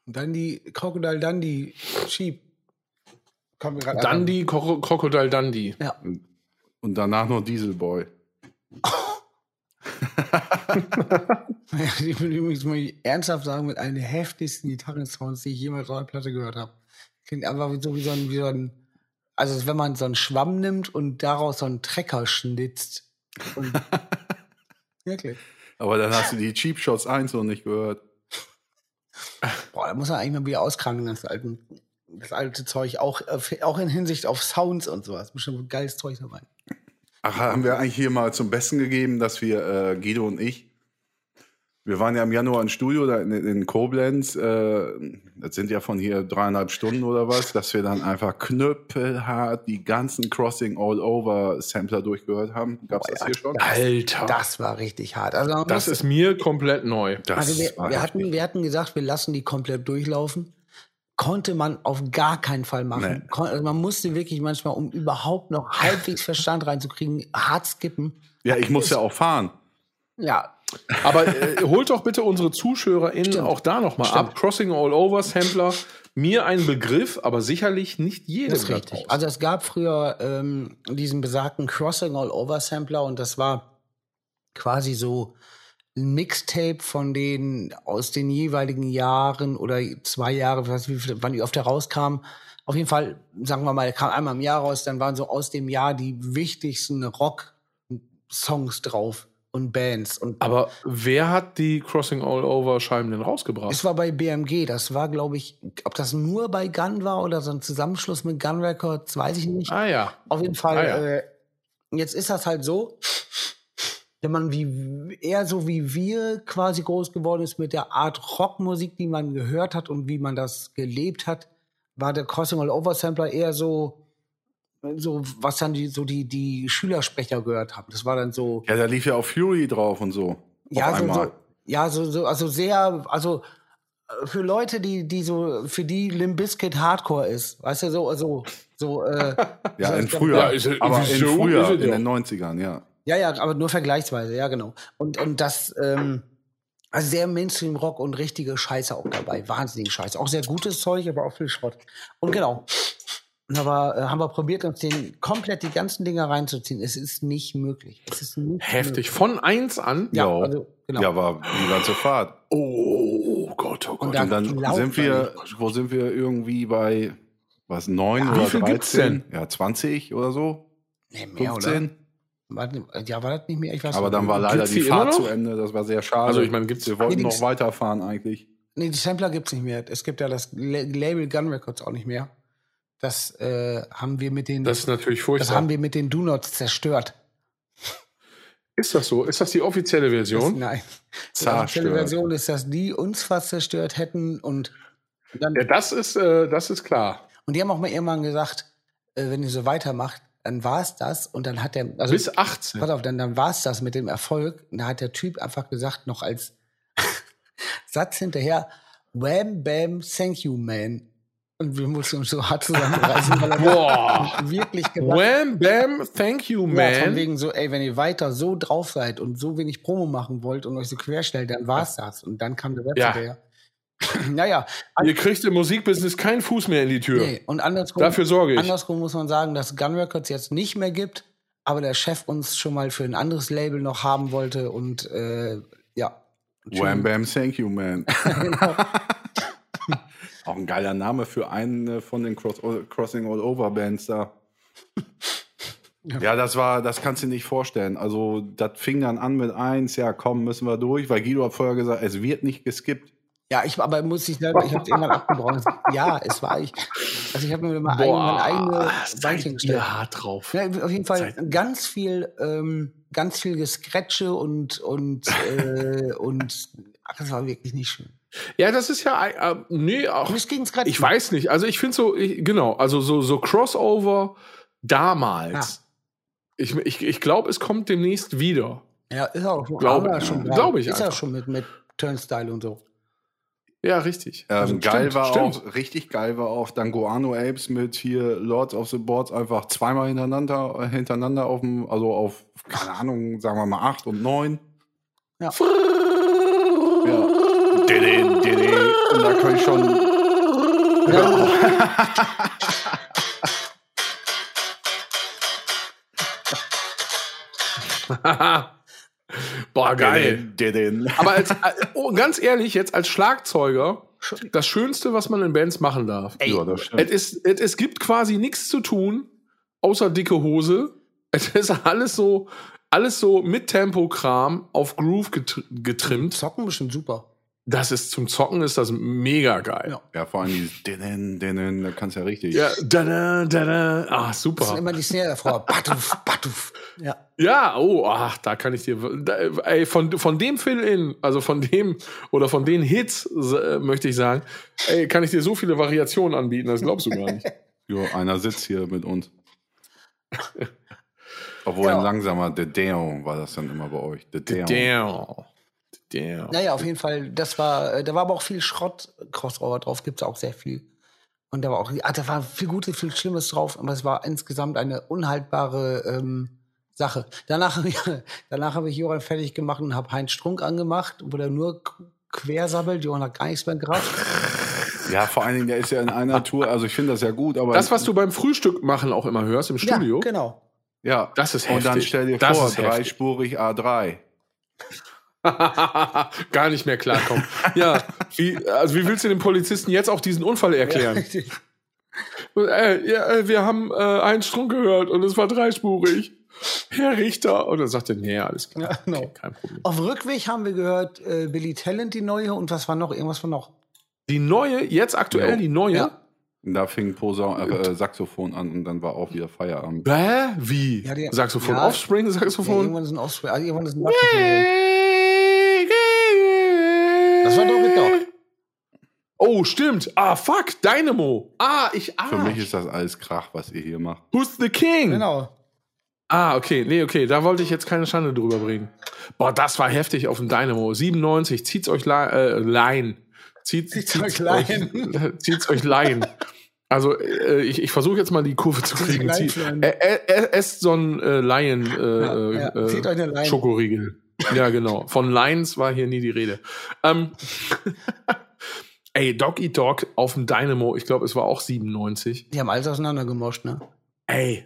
Und dann die Crocodile Dundee Sheep. Kommt mir gerade an. Dundee, Kro Crocodile Dundee. Ja. Und danach noch Dieselboy. ich will übrigens mal ernsthaft sagen, mit einem der heftigsten Gitarrensounds, die ich jemals auf einer Platte gehört habe. Klingt einfach wie so, wie so ein, wie so ein, also wenn man so einen Schwamm nimmt und daraus so einen Trecker schnitzt. Und wirklich. Aber dann hast du die Cheap Shots 1 noch nicht gehört. Boah, da muss man eigentlich mal wieder auskramen, das alte, das alte Zeug, auch, äh, auch in Hinsicht auf Sounds und sowas. Bestimmt geiles Zeug dabei. Ach, haben wir eigentlich hier mal zum Besten gegeben, dass wir, äh, Guido und ich, wir waren ja im Januar im Studio da in, in Koblenz, äh, das sind ja von hier dreieinhalb Stunden oder was, dass wir dann einfach knüppelhart die ganzen Crossing All Over Sampler durchgehört haben. Gab's das hier schon? Alter. Das, Das war richtig hart. Also, man muss- ist mir komplett neu. also wir, war wir, heftig. hatten, wir hatten gesagt, wir lassen die komplett durchlaufen. Konnte man auf gar keinen Fall machen. Nee. Kon also man musste wirklich manchmal, um überhaupt noch halbwegs Verstand reinzukriegen, hart skippen. ja, ich muss ja auch fahren. Ja, Aber äh, holt doch bitte unsere ZuschauerInnen auch da nochmal ab. Crossing All Over Sampler, mir ein Begriff, aber sicherlich nicht jedem. das ist da richtig. draußen. Also es gab früher ähm, diesen besagten Crossing All Over Sampler und das war quasi so ein Mixtape von den aus den jeweiligen Jahren oder zwei Jahre, was wie viel, wann die oft herauskamen. Auf jeden Fall, sagen wir mal, kam einmal im Jahr raus, dann waren so aus dem Jahr die wichtigsten Rock-Songs drauf und Bands. Und aber wer hat die Crossing All Over Scheiben denn rausgebracht? Das war bei BMG. Das war, glaube ich, ob das nur bei Gun war oder so ein Zusammenschluss mit Gun Records, weiß ich nicht. ah ja. Auf jeden Fall. Ah, ja. äh, jetzt ist das halt so, wenn man wie eher so wie wir quasi groß geworden ist mit der Art Rockmusik, die man gehört hat und wie man das gelebt hat, war der Crossing All Over Sampler eher so so was dann die so die die Schülersprecher gehört haben. Das war dann so Ja, da lief ja auch Fury drauf und so. auf ja, so, einmal. so, ja, so, so, also sehr, also äh, für Leute, die, die so, für die Limp Bizkit Hardcore ist, weißt du, so, so, so, äh, ja, in so- früher. Ja, ist- aber in wieso ist früher, es in doch? den 90ern, ja. Ja, ja, aber nur vergleichsweise, ja, genau. Und, und das, ähm, also sehr Mainstream-Rock und richtige Scheiße auch dabei. Wahnsinnig Scheiße. Auch sehr gutes Zeug, aber auch viel Schrott. Und genau. Aber äh, haben wir probiert, uns den komplett die ganzen Dinger reinzuziehen. Es ist nicht möglich. Es ist nicht Heftig. Von eins an? Möglich. Ja, Jo. also, genau. Ja, war die ganze Fahrt. Oh Gott, oh Gott. Und dann laut sind wir, wo sind wir irgendwie bei, was, neun Wie oder viel 13? gibt's Ja, 20 oder so, nee, mehr, oder? 15. Warte, ja, war das nicht mehr? Ich weiß Aber nicht. dann war leider Gibt's die die immer Fahrt noch? zu Ende, das war sehr schade. Also, ich meine, gibt's- wir wollten Nee, noch nix. weiterfahren eigentlich. Nee, die Sampler gibt's nicht mehr. Es gibt ja das La- Label Gun Records auch nicht mehr. Das äh, haben wir mit den Das ist natürlich das furchtbar. haben wir mit den Do Nots zerstört. ist das so? Ist das die offizielle Das, Version? nein. Die offizielle Zerstört. Version ist, dass die uns fast zerstört hätten und dann Ja, das ist, äh, das ist klar. und die haben auch mal irgendwann gesagt, äh, wenn ihr so weitermacht, dann war's das und dann hat der also Bis 18. Pass auf, dann, dann war es das mit dem Erfolg. Und da hat der Typ einfach gesagt, noch als Satz hinterher, Wham, Bam, Thank You, Man. Und wir mussten uns so hart zusammenreißen, weil er Boah. wirklich gesagt hat, Wham, bam, thank you, ja, von man. wegen so, ey, wenn ihr weiter so drauf seid und so wenig Promo machen wollt und euch so querstellt, dann war es das. Und dann kam der Rest Ja. hinterher. naja, Ihr kriegt im Musikbusiness keinen Fuß mehr in die Tür. nee, und andersrum, Dafür sorge ich. andersrum muss man sagen, dass Gun Records jetzt nicht mehr gibt, aber der Chef uns schon mal für ein anderes Label noch haben wollte und äh, ja, Wham Bam Thank You Man. Auch ein geiler Name für einen äh, von den Cross Crossing All Over Bands da. Ja, das war, das kannst du dir nicht vorstellen. Also, das fing dann an mit eins, ja, komm, müssen wir durch, weil Guido hat vorher gesagt, es wird nicht geskippt. Ja, ich aber muss ich selber, ich habe irgendwann abgebrochen. Ja, es war ich. Also ich habe mir mal Boah, ah, eigen, meine eigene seid Beinchen gestellt. ihr hart drauf. Ja, auf jeden Fall ganz viel, ähm, ganz viel Gescratche und und äh, und ach, das war wirklich nicht schön. Ja, das ist ja, ei- äh, nee, auch, Nicht gegen Scratchen. ich weiß nicht. Also ich finde so, ich, genau, also so, so Crossover damals. Ich, ich, ich glaube, es kommt demnächst wieder. Ja, ist auch schon. Glaube- aber schon dran. glaube ich Ist ja einfach. schon mit mit Turnstyle und so. Ja, richtig. Ähm, geil Also stimmt, war stimmt. auch, richtig geil war auch dann Guano Apes mit hier Lords of the Boards einfach zweimal hintereinander, hintereinander auf dem, also auf, keine Ahnung, sagen wir mal acht und neun. Ja. Ja. Didi, didi. Und da kann ich schon. Boah, geil. Der den. Aber als, als- oh, ganz ehrlich, jetzt als Schlagzeuger, das Schönste, was man in Bands machen darf. Ey, Ja, das stimmt. Es, ist, es, es gibt quasi nichts zu tun, außer dicke Hose. Es ist alles so, alles so mit Tempo-Kram auf Groove getr getrimmt. Zocken bestimmt super. Das ist zum Zocken ist das mega geil. Ja, vor allem dieses Dinnen, Dinnen, da kannst du ja richtig. Ja, da da da da. Ah, Das sind super. immer die Snare davor. Batuf, batuf. Ja. Ja, oh, ach, da kann ich dir da, ey, von von dem Fill in, also von dem oder von den Hits äh, möchte ich sagen, ey, kann ich dir so viele Variationen anbieten, das glaubst du gar nicht. Jo, einer sitzt hier mit uns. Obwohl Ja. ein langsamer Dedeo war das dann immer bei euch. Dedeo. Damn. Damn. Naja, auf jeden Fall, das war, äh, da war aber auch viel Schrott-Crossover drauf, gibt es auch sehr viel. Und da war auch, ah, da war viel Gutes, viel Schlimmes drauf, aber es war insgesamt eine unhaltbare ähm, Sache. Danach, hab ich- danach habe ich Joran fertig gemacht und habe Heinz Strunk angemacht, wo der nur k- quersabbelt, Joran hat gar nichts mehr gerafft. Ja, vor allen Dingen, der ist ja in einer Tour, also ich finde das ja gut, aber. Das, was du beim Frühstück machen auch immer hörst im Studio. Ja, genau. ja. Das ist Und dann heftig. stell dir Das vor, ist heftig. dreispurig A3. Gar nicht mehr klarkommen. Ja, wie, also wie willst du dem Polizisten jetzt auch diesen Unfall erklären? Ey, ja, äh, wir haben äh, einen Strom gehört und es war dreispurig. Herr Richter. Und dann sagt er, nee, alles klar. Ja, genau. okay, kein Problem. Auf dem Rückweg haben wir gehört, äh, Billy Talent, die neue, und was war noch? Irgendwas war noch. Die neue, jetzt aktuell Ja. die neue. Ja. Und da fing Posaun, äh, äh, Saxophon an und dann war auch wieder Feierabend. Bäh, wie? Ja, die- Saxophon, ja. Offspring, Ja, Saxophon. irgendwann ist ein Offspring, also irgendwann ist ein Wacken- Das war doch mit Dog. Oh, stimmt. Ah, fuck, Dynamo. Ah, ich ah. Für mich ist das alles Krach, was ihr hier macht. Who's the King? Genau. Ah, okay, nee, okay, da wollte ich jetzt keine Schande drüber bringen. Boah, das war heftig auf dem Dynamo. 97, zieht's euch li- äh, Line. Zieht, Zieht's euch Euch, zieht's euch Line. Also, äh, ich, ich versuche jetzt mal die Kurve zu Zieht's kriegen. euch Zieht, Line. äh, äh, esst so ein äh, Lion äh, Ja, ja. äh, Zieht euch eine Line. Schokoriegel. Ja, genau. Von Lions war hier nie die Rede. Ähm, ey, Dog Eat Dog auf dem Dynamo, ich glaube, es war auch 97. Die haben alles auseinandergemoscht, ne? Ey.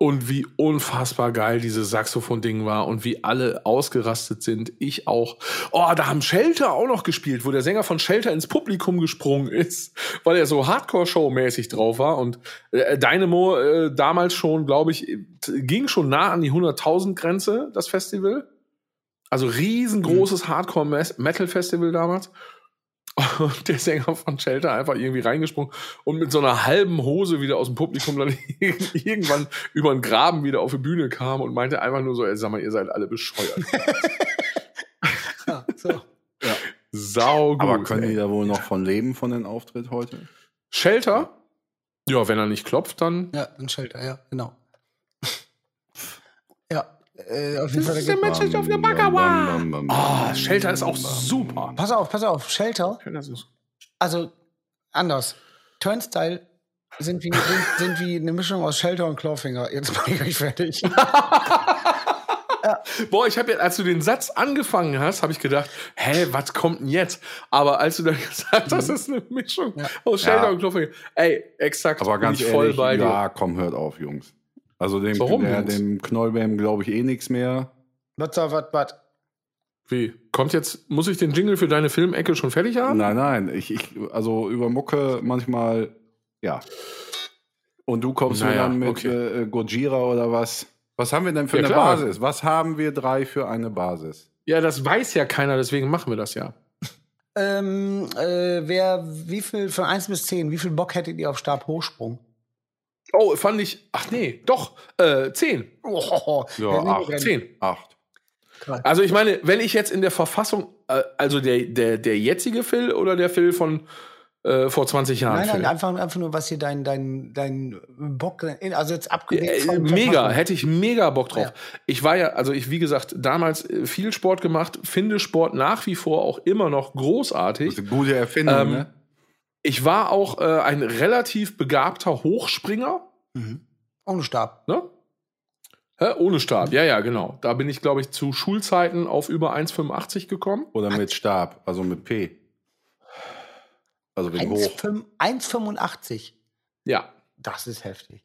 Und wie unfassbar geil dieses Saxophon-Ding war und wie alle ausgerastet sind. Ich auch. Oh, da haben Shelter auch noch gespielt, wo der Sänger von Shelter ins Publikum gesprungen ist, weil er so Hardcore-Show-mäßig drauf war. Und äh, Dynamo äh, damals schon, glaube ich, äh, ging schon nah an die 100.000-Grenze, das Festival. Also riesengroßes Hardcore-Metal-Festival damals. Und der Sänger von Shelter einfach irgendwie reingesprungen und mit so einer halben Hose wieder aus dem Publikum dann irgendwann über den Graben wieder auf die Bühne kam und meinte einfach nur so, ey, sag mal, ihr seid alle bescheuert. Ja, so. Sau gut. Aber können ey. die da wohl noch von leben, von den Auftritt heute? Shelter? Ja, wenn er nicht klopft, dann. Ja, ein Shelter, ja, genau. ja, äh, auf jeden Fall. Mensch Bam, bam, bam, bam, Ah, bam. Shelter ist auch super. Pass auf, pass auf, Shelter, also anders. Turnstyle sind wie, sind, sind wie eine Mischung aus Shelter und Clawfinger. Jetzt bin ich gleich fertig. Boah, ich habe jetzt, als du den Satz angefangen hast, habe ich gedacht, hä, was kommt denn jetzt? Aber als du dann gesagt hast, das ist eine Mischung Ja. aus Shelter Mhm. Ja. und Klopfinger. Ey, exakt. Aber bin ganz ich ehrlich, voll bei dir. ja, komm, hört auf, Jungs. Also dem, Warum, der, Jungs? dem Knollbäm glaube ich eh nichts mehr. Was, da, was, was? Wie? Kommt jetzt, muss ich den Jingle für deine Filmecke schon fertig haben? Nein, nein, ich, ich, also über Mucke manchmal, ja. Und du kommst mir Naja, dann mit okay. äh, äh, Gojira oder was? Was haben wir denn für Ja, eine klar. Basis? Was haben wir drei für eine Basis? Ja, das weiß ja keiner, deswegen machen wir das ja. Ähm, äh, wer, wie viel, von 1 bis 10, wie viel Bock hättet ihr auf Stabhochsprung? Oh, fand ich. Ach nee, doch. Äh, zehn. Oh, Ja, wir sind acht, drin. Zehn. Acht. Also ich meine, wenn ich jetzt in der Verfassung, äh, also der, der, der jetzige Phil oder der Phil von äh, vor 20 Jahren. Nein, nein, Phil? einfach, einfach nur, was hier dein, dein, dein Bock, also jetzt abgelegt. Äh, von mega, Verpackung. hätte ich mega Bock drauf. Ich war ja, also ich, wie gesagt, damals äh, viel Sport gemacht, finde Sport nach wie vor auch immer noch großartig. Das ist eine gute Erfindung, Ähm, ne? Ich war auch äh, ein relativ begabter Hochspringer. Mhm. Ohne Stab. Ne? Hä? Ohne Stab, ja, ja, genau. Da bin ich, glaube ich, zu Schulzeiten auf über 1,85 gekommen. Oder mit Stab, also mit P. Also wegen hoch. 1,5 1,85. Ja. Das ist heftig.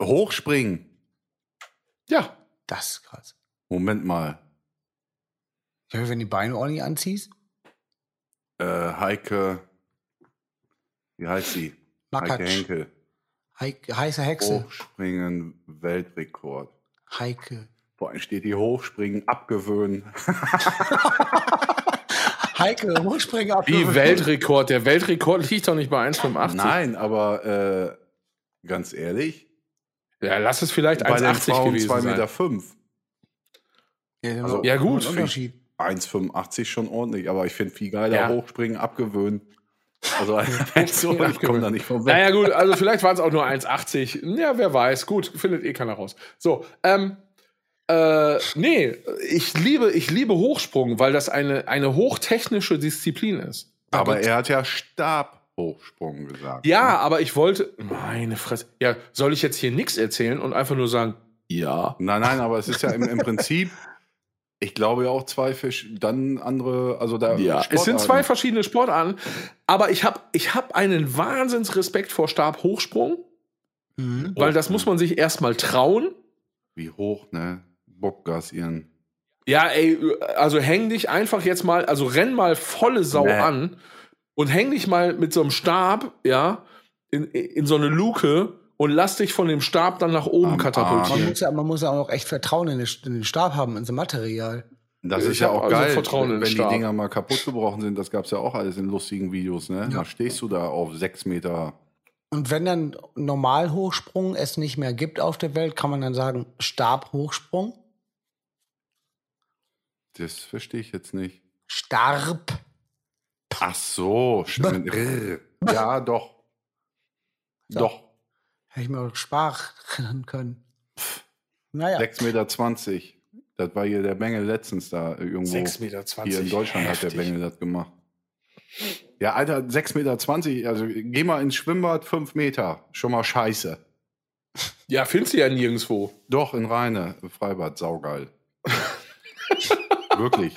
Hochspringen. Ja. Das ist krass. Moment mal. Ja, wenn die Beine ordentlich anziehst. Äh, Heike, wie heißt sie? Heike Makatsch. Henkel. Heike, heiße Hexe. Hochspringen Weltrekord. Heike. Vor allem steht die Hochspringen abgewöhnen. Heike, hochspringen ab. Wie Weltrekord. Der Weltrekord liegt doch nicht bei 1,85. Nein, aber äh, ganz ehrlich, Ja, lass es vielleicht bei den 1,80 Frauen gewesen 2,5 sein. Meter. Fünf. Ja, Also, Ja, gut. ein Unterschied. 1,85 schon ordentlich, aber ich finde viel geiler Ja. Hochspringen abgewöhnen. Also so, ich komme da nicht vom Weg. Naja, gut, also vielleicht waren es auch nur 1,80. Ja, wer weiß. Gut, findet eh keiner raus. So, ähm, äh, nee, ich liebe, ich liebe Hochsprung, weil das eine, eine hochtechnische Disziplin ist. aber er hat ja Stabhochsprung gesagt. Ja, aber ich wollte, meine Fresse. Ja, soll ich jetzt hier nichts erzählen und einfach nur sagen, ja. Nein, nein, aber es ist ja im, im Prinzip, ich glaube ja auch zwei Fisch, dann andere, also da. Ja, es sind zwei verschiedene Sportarten, aber ich habe ich hab einen Wahnsinnsrespekt vor Stabhochsprung, Mhm. weil das muss man sich erstmal trauen. Wie hoch, ne? Bockgassieren. Ja, ey, also häng dich einfach jetzt mal, also renn mal volle Sau Nee. an und häng dich mal mit so einem Stab, ja, in, in so eine Luke und lass dich von dem Stab dann nach oben Am katapultieren. Arsch. Man muss, ja, man muss ja auch noch echt Vertrauen in den, in den Stab haben, in so Material. Das Ich ist ja hab auch also geil, Vertrauen in wenn, den wenn die Stab. Dinger mal kaputt gebrochen sind. Das gab es ja auch alles in lustigen Videos, ne? Da stehst du da auf sechs Meter. Und wenn dann Normalhochsprung es nicht mehr gibt auf der Welt, kann man dann sagen Stabhochsprung? Das verstehe ich jetzt nicht. Starb. Ach so, stimmt. Rrr. ja, doch. Doch. Hätte ich mir auch sparen können. Naja. 6,20 Meter. Das war hier der Bengel letztens da äh, irgendwo. Meter Hier in Deutschland hat der Bengel das gemacht. Ja, Alter, 6,20 Meter, also geh mal ins Schwimmbad, 5 Meter. Schon mal scheiße. Ja, findest du ja nirgendwo. Doch, in Rheine, im Freibad, saugeil. Wirklich.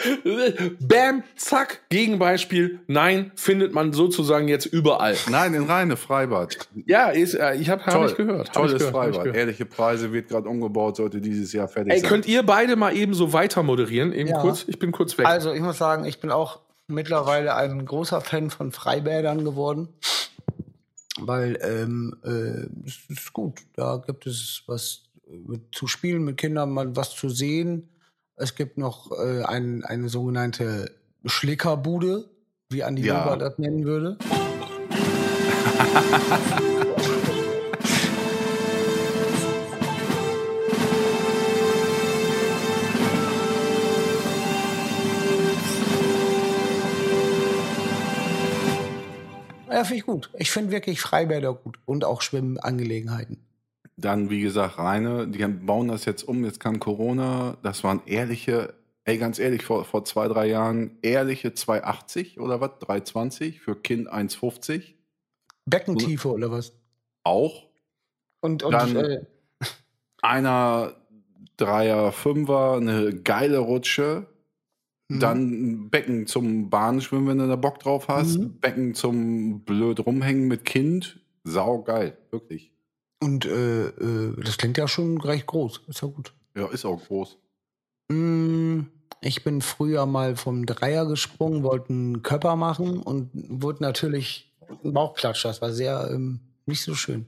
Bam, zack, Gegenbeispiel. Nein, findet man sozusagen jetzt überall. Nein, in Rheine, Freibad. Ja, ist, äh, ich habe hab Toll. ich gehört. hab Tolles ich gehört, hab ich Freibad. gehört. Ehrliche Preise wird gerade umgebaut, sollte dieses Jahr fertig Ey, sein. könnt ihr beide mal eben so weiter moderieren? Eben Ja. kurz, ich bin kurz weg. Also ich muss sagen, ich bin auch mittlerweile ein großer Fan von Freibädern geworden. Weil ähm, äh, es ist gut. Da gibt es was äh, mit, zu spielen mit Kindern, mal was zu sehen. Es gibt noch äh, ein, eine sogenannte Schlickerbude, wie Andi Ja. Weber das nennen würde. Ja, finde ich gut. Ich finde wirklich Freibäder gut und auch Schwimmangelegenheiten. Dann, wie gesagt, Rheine, die haben- bauen das jetzt um, jetzt kam Corona, das waren ehrliche, ey, ganz ehrlich, vor, vor zwei, drei Jahren, ehrliche 2,80 oder was, 3,20, für Kind 1,50, Beckentiefe oder was? auch Und, und Dann- äh, einer Dreier, Fünfer, eine geile Rutsche, Mhm. dann ein Becken zum Bahnschwimmen, wenn du da Bock drauf hast, Mhm. Becken zum blöd rumhängen mit Kind, saugeil, wirklich. und äh, äh, das klingt ja schon recht groß. Ist ja gut. Ja, ist auch groß. Mm, Ich bin früher mal vom Dreier gesprungen, wollte einen Körper machen und wurde natürlich ein Bauchklatscher. Das war sehr ähm, nicht so schön.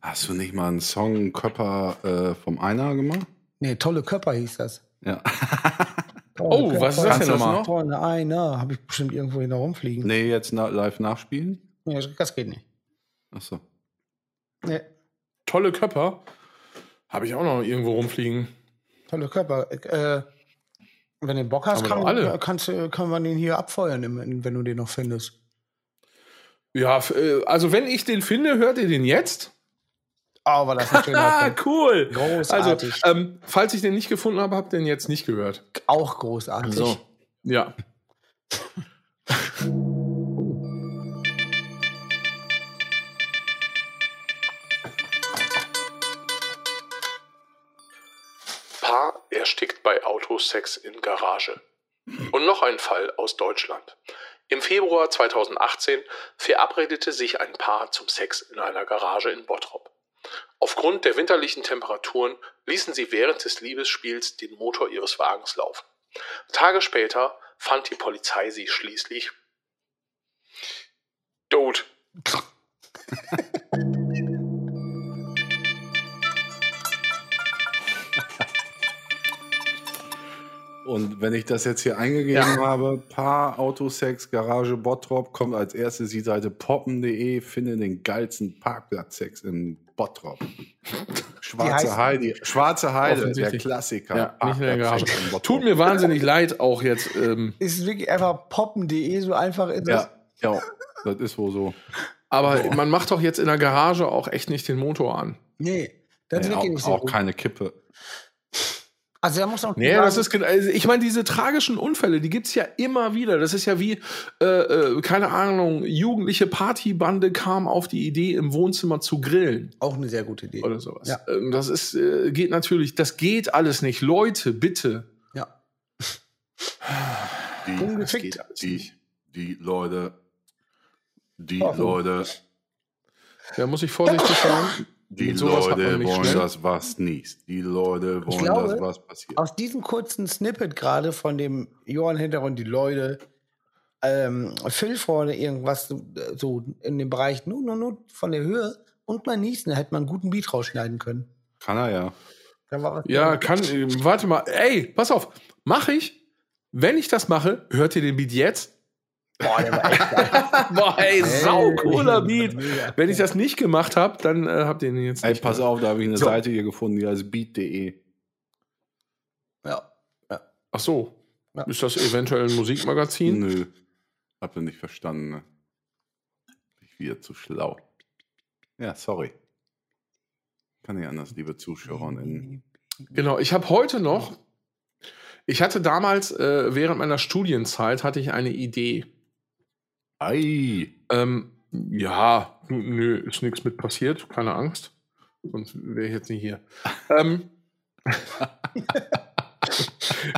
Hast du nicht mal einen Song einen Körper äh, vom Einer gemacht? Nee, tolle Körper hieß das. Ja. Tolle oh, was ist das Kannst denn du das nochmal? noch? Tolle einer, habe ne? ich bestimmt irgendwo hier noch rumfliegen. Nee, jetzt na live nachspielen? Nee, das geht nicht. Achso. Nee, Tolle Köpper. Habe ich auch noch irgendwo rumfliegen. tolle Körper. Äh, wenn du Bock Haben hast, wir kann, doch alle. kannst, du- kann man den hier abfeuern, im- wenn du den noch findest. Ja, f- äh, also wenn ich den finde, hört ihr den jetzt? Oh, war das ein schöner Ah, Film. cool. Also, Großartig. ähm, falls ich den nicht gefunden habe, habt ihr den jetzt nicht gehört. Auch großartig. Ja. Paar erstickt bei Autosex in Garage. Und noch ein Fall aus Deutschland. Im Februar 2018 verabredete sich ein Paar zum Sex in einer Garage in Bottrop. Aufgrund der winterlichen Temperaturen ließen sie während des Liebesspiels den Motor ihres Wagens laufen. Tage später fand die Polizei sie schließlich tot. Und wenn ich das jetzt hier eingegeben habe, Paar, Autosex, Garage, Bottrop, kommt als erste die Seite poppen.de, finde den geilsten Parkplatzsex in Bottrop. Die heißt- Schwarze Heide, Schwarze Heide, der Offensichtlich. Klassiker. Ja, nicht in der Garage. Parkplatzsex in Bottrop. Tut mir wahnsinnig leid, auch jetzt. Ähm, Ist wirklich einfach poppen.de so einfach ist ja, ja, das ist wohl so. aber man macht doch jetzt in der Garage auch echt nicht den Motor an. Nee, das ist Nee, wirklich nicht auch, so auch gut. keine Kippe. Also da muss auch Nee, das ist, gen- also ich meine, diese tragischen Unfälle, die gibt's ja immer wieder. Das ist ja wie, äh, äh, keine Ahnung, jugendliche Partybande kam auf die Idee, im Wohnzimmer zu grillen auch eine sehr gute Idee. oder sowas. Ja. Ähm, Das ist, äh, geht natürlich, das geht alles nicht. Leute, bitte. Ja. Die, Ungefickt. die, die Leute, die Warum? Leute, Da muss ich vorsichtig sein. die Mit sowas hat man ne? Leute mich wollen schnell. das was nicht. Die Leute wollen glaube, das was passiert. Ah. Aus diesem kurzen Snippet gerade von dem Johann Hintergrund, die Leute, ähm, Phil vorne irgendwas so- so in dem Bereich nu, nu, nu von der Höhe und mal niesen, da hätte man einen guten Beat rausschneiden können. Kann er ja. Da war was Ja, drin. kann, äh, warte mal. Ey, pass auf. Mache ich. Wenn ich das mache, hört ihr den Beat jetzt? Boah, der war echt geil. Boah, ey, sau cooler Ey, Beat. mega. Wenn ich das nicht gemacht habe, dann äh, habt ihr den jetzt Ey, nicht. pass auf, da habe ich eine So. Seite hier gefunden, die heißt beat.de. Ja. Ach so. Ja. Ist das eventuell ein Musikmagazin? Nö. Habt ihr nicht verstanden, ne? Bin ich wieder zu schlau. Ja, sorry. Kann nicht anders, liebe ne? ZuschauerInnen. Genau, ich habe heute noch, ich hatte damals, äh, während meiner Studienzeit, hatte ich eine Idee. Ei! Ähm, ja, n- nö, ist nichts mit passiert, keine Angst. Sonst wäre ich jetzt nicht hier. Ähm,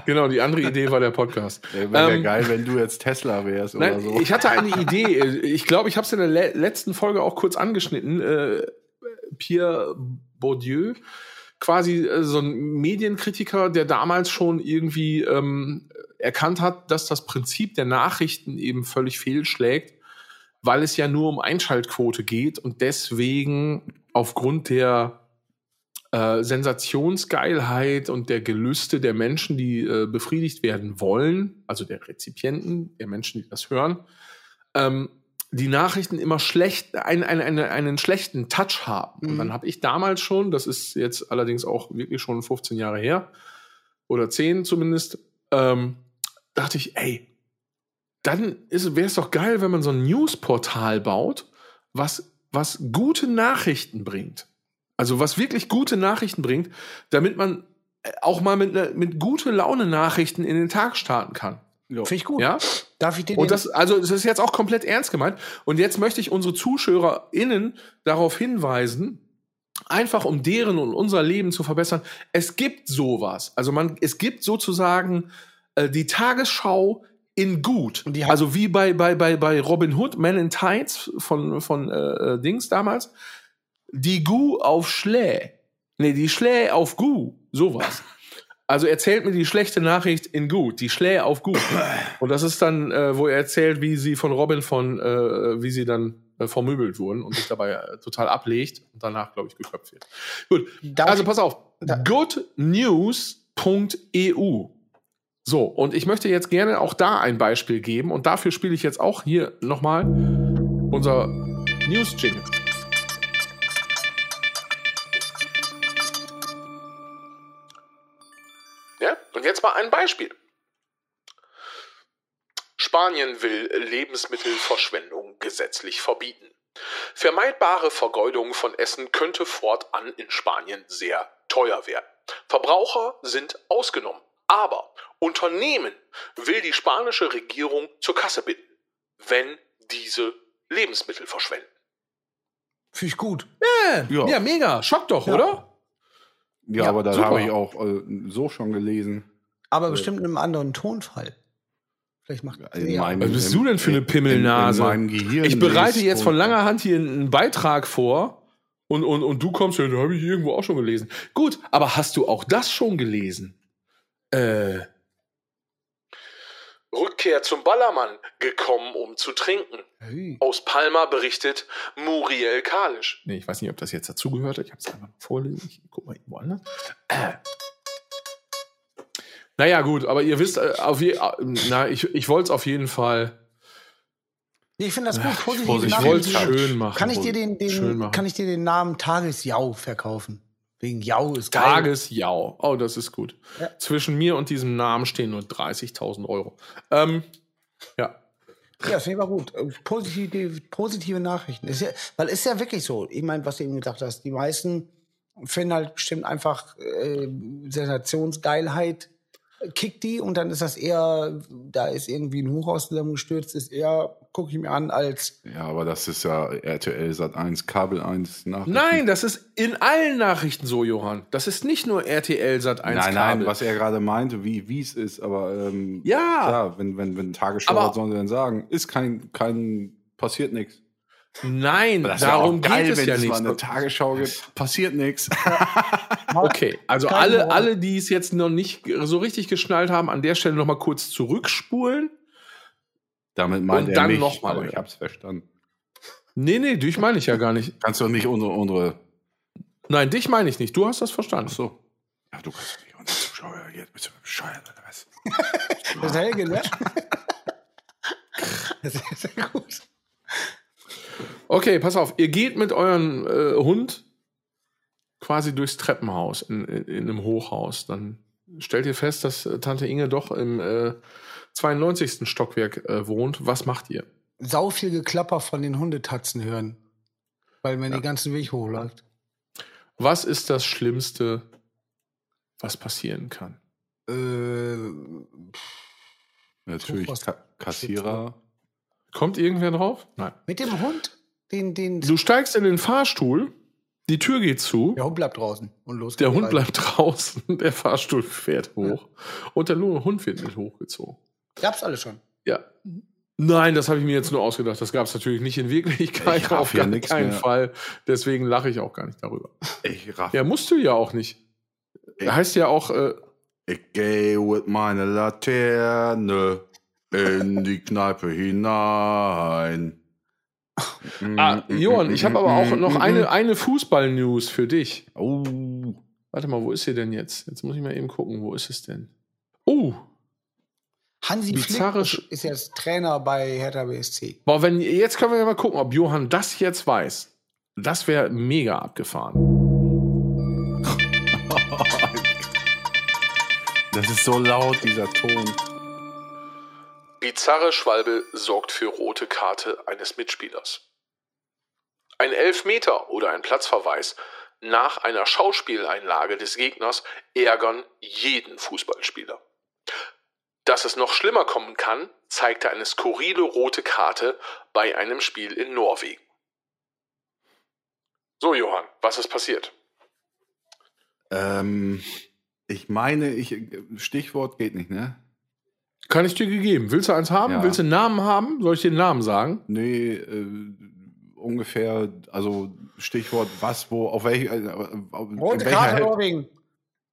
genau, die andere Idee war der Podcast. Wäre wär Ähm. geil, wenn du jetzt Tesla wärst oder Nein, so. ich hatte eine Idee. Ich glaube, ich habe es in der le letzten Folge auch kurz angeschnitten. Äh, Pierre Bourdieu, quasi äh, so ein Medienkritiker, der damals schon irgendwie ähm, erkannt hat, dass das Prinzip der Nachrichten eben völlig fehlschlägt, weil es ja nur um Einschaltquote geht und deswegen aufgrund der äh, Sensationsgeilheit und der Gelüste der Menschen, die äh, befriedigt werden wollen, also der Rezipienten, der Menschen, die das hören, ähm, die Nachrichten immer schlecht, ein, ein, eine, einen schlechten Touch haben. Und Mhm. dann habe ich damals schon, das ist jetzt allerdings auch wirklich schon 15 Jahre her, oder 10 zumindest, ähm, dachte ich, ey, dann wäre es doch geil, wenn man so ein Newsportal baut, was, was gute Nachrichten bringt. Also was wirklich gute Nachrichten bringt, damit man äh, auch mal mit, ne- mit gute Laune Nachrichten in den Tag starten kann. Finde ich gut. Ja? Darf ich den Und das, also das ist jetzt auch komplett ernst gemeint. Und jetzt möchte ich unsere ZuschauerInnen darauf hinweisen, einfach um deren und unser Leben zu verbessern. Es gibt sowas. Also man, es gibt sozusagen äh, die Tagesschau in gut. Und die hat- also wie bei, bei, bei, bei Robin Hood, Man in Tights von, von äh, äh, Dings damals. Die Gu auf Schlä. Nee, die Schlä auf Gu. Sowas. Also erzählt mir die schlechte Nachricht in gut, die Schlä auf gut. Und das ist dann, äh, wo er erzählt, wie sie von Robin von, äh, wie sie dann äh, vermöbelt wurden und sich dabei äh, total ablegt und danach, glaube ich, geköpft wird. Gut, darf also ich- pass auf. Da- Goodnews.eu. So, und ich möchte jetzt gerne auch da ein Beispiel geben und dafür spiele ich jetzt auch hier nochmal unser News-Jingle. Ja, und jetzt mal ein Beispiel. Spanien will Lebensmittelverschwendung gesetzlich verbieten. Vermeidbare Vergeudung von Essen könnte fortan in Spanien sehr teuer werden. Verbraucher sind ausgenommen. Aber Unternehmen will die spanische Regierung zur Kasse bitten, wenn diese Lebensmittel verschwenden. Finde ich gut. Ja. Ja, mega. Schock doch, Ja. oder? ja, Ja, aber das super. habe ich auch äh, so schon gelesen. Aber bestimmt in einem anderen Tonfall. Vielleicht macht In Ja. meinem- Was bist du denn für eine in- in- Pimmelnase? In, meinem Gehirn Ich bereite lest jetzt von und- langer Hand hier einen Beitrag vor und, und, und du kommst, ja, den habe ich irgendwo auch schon gelesen. Gut, aber hast du auch das schon gelesen? Äh, Rückkehr zum Ballermann, gekommen, um zu trinken. Hey. Aus Palma berichtet Muriel Kalisch. Nee, ich weiß nicht, ob das jetzt dazugehört. Ich habe es einfach vorlesen. Ich guck mal irgendwo anders. Äh. Naja, gut, aber ihr wisst, äh, auf je, äh, na, ich, ich wollte es auf jeden Fall. Nee, Ich finde das gut. Positive Vorsicht, Ich Namen wollte es sind- schön machen. Kann ich dir den, Schön den, machen. kann ich dir den Namen Tagesjau verkaufen? Wegen Jau ist geil. Tagesjau. Oh, das ist gut. Ja. Zwischen mir und diesem Namen stehen nur 30.000 Euro. Ähm, ja. Ja, das finde ich aber gut. Äh, Positive, positive Nachrichten. Ist ja, weil ist ja wirklich so. Ich meine, was du eben gesagt hast, die meisten finden halt bestimmt einfach äh, Sensationsgeilheit, äh, kickt die und dann ist das eher, da ist irgendwie ein Hochhaus zusammengestürzt, ist eher, gucke ich mir an, als Ja, aber das ist ja RTL Sat 1, Kabel 1 Nachrichten. Nein, das ist in allen Nachrichten so, Johann. Das ist nicht nur RTL Sat 1 Nein, nein, was er gerade meinte, wie wie es ist, aber ähm, Ja. klar, wenn, wenn, wenn Tagesschau, Aber- was sollen sie denn sagen? Ist kein, kein passiert nichts. Nein, Das wär darum auch geil, geht es wenn ja es Mal eine nicht. Tagesschau gibt, passiert nichts. Okay, also Kein alle, Moral. alle, die es jetzt noch nicht so richtig geschnallt haben, an der Stelle nochmal kurz zurückspulen. Damit meint Und er dann mich, noch mal. aber ich hab's verstanden. Nee, nee, dich meine ich ja gar nicht. Kannst du nicht unsere, unsere Nein, dich meine ich nicht. Du hast das verstanden. so. Ja, du kannst nicht unsere Zuschauer, jetzt bist du bescheuert oder was? das Helge, ne? das ist ja gut. Okay, pass auf. Ihr geht mit eurem äh, Hund quasi durchs Treppenhaus in, in, in einem Hochhaus. Dann stellt ihr fest, dass äh, Tante Inge doch im äh, 92. Stockwerk äh, wohnt. Was macht ihr? Sau viel Geklapper von den Hundetatzen hören, weil man den ganzen Weg hochläuft. Was ist das Schlimmste, was passieren kann? Äh, Natürlich Hochhaus- Ka Kassierer. Kommt irgendwer drauf? Nein. Mit dem Hund? Den, den. Du steigst in den Fahrstuhl, die Tür geht zu, Der Hund bleibt draußen und los. der geht's Hund rein. bleibt draußen, der Fahrstuhl fährt hoch und der Hund wird mit hochgezogen. Gab's alle schon. Ja. Nein, das habe ich mir jetzt nur ausgedacht. Das gab es natürlich nicht in Wirklichkeit, Ich raff auf ja gar nix keinen mehr. Fall. Deswegen lache ich auch gar nicht darüber. Ich raff. ne? Ja, musst du ja auch nicht. Ey. Heißt ja auch, äh, Ich gehe mit meiner Laterne in die Kneipe hinein. Mm, ah, Johann, ich habe aber auch noch eine, eine Fußball-News für dich. Oh. Warte mal, wo ist sie denn jetzt? Jetzt muss ich mal eben gucken, wo ist es denn? Oh, Hansi Bizarre Sch- Flick ist jetzt Trainer bei Hertha BSC. boah, wenn, jetzt können wir ja mal gucken, ob Johann das jetzt weiß. Das wäre mega abgefahren. Das ist so laut, dieser Ton. Bizarre Schwalbe sorgt für rote Karte eines Mitspielers. Ein Elfmeter oder ein Platzverweis nach einer Schauspieleinlage des Gegners ärgern jeden Fußballspieler. Dass es noch schlimmer kommen kann, zeigte eine skurrile rote Karte bei einem Spiel in Norwegen. So, Johann, was ist passiert? Ähm, ich meine, ich, Stichwort geht nicht, ne? Kann ich dir gegeben. Willst du eins haben? Ja. Willst du einen Namen haben? Soll ich den Namen sagen? Nee, äh, ungefähr, also Stichwort was, wo, auf welche. Äh, auf, in Rote welcher Karte Hälfte- Norwegen.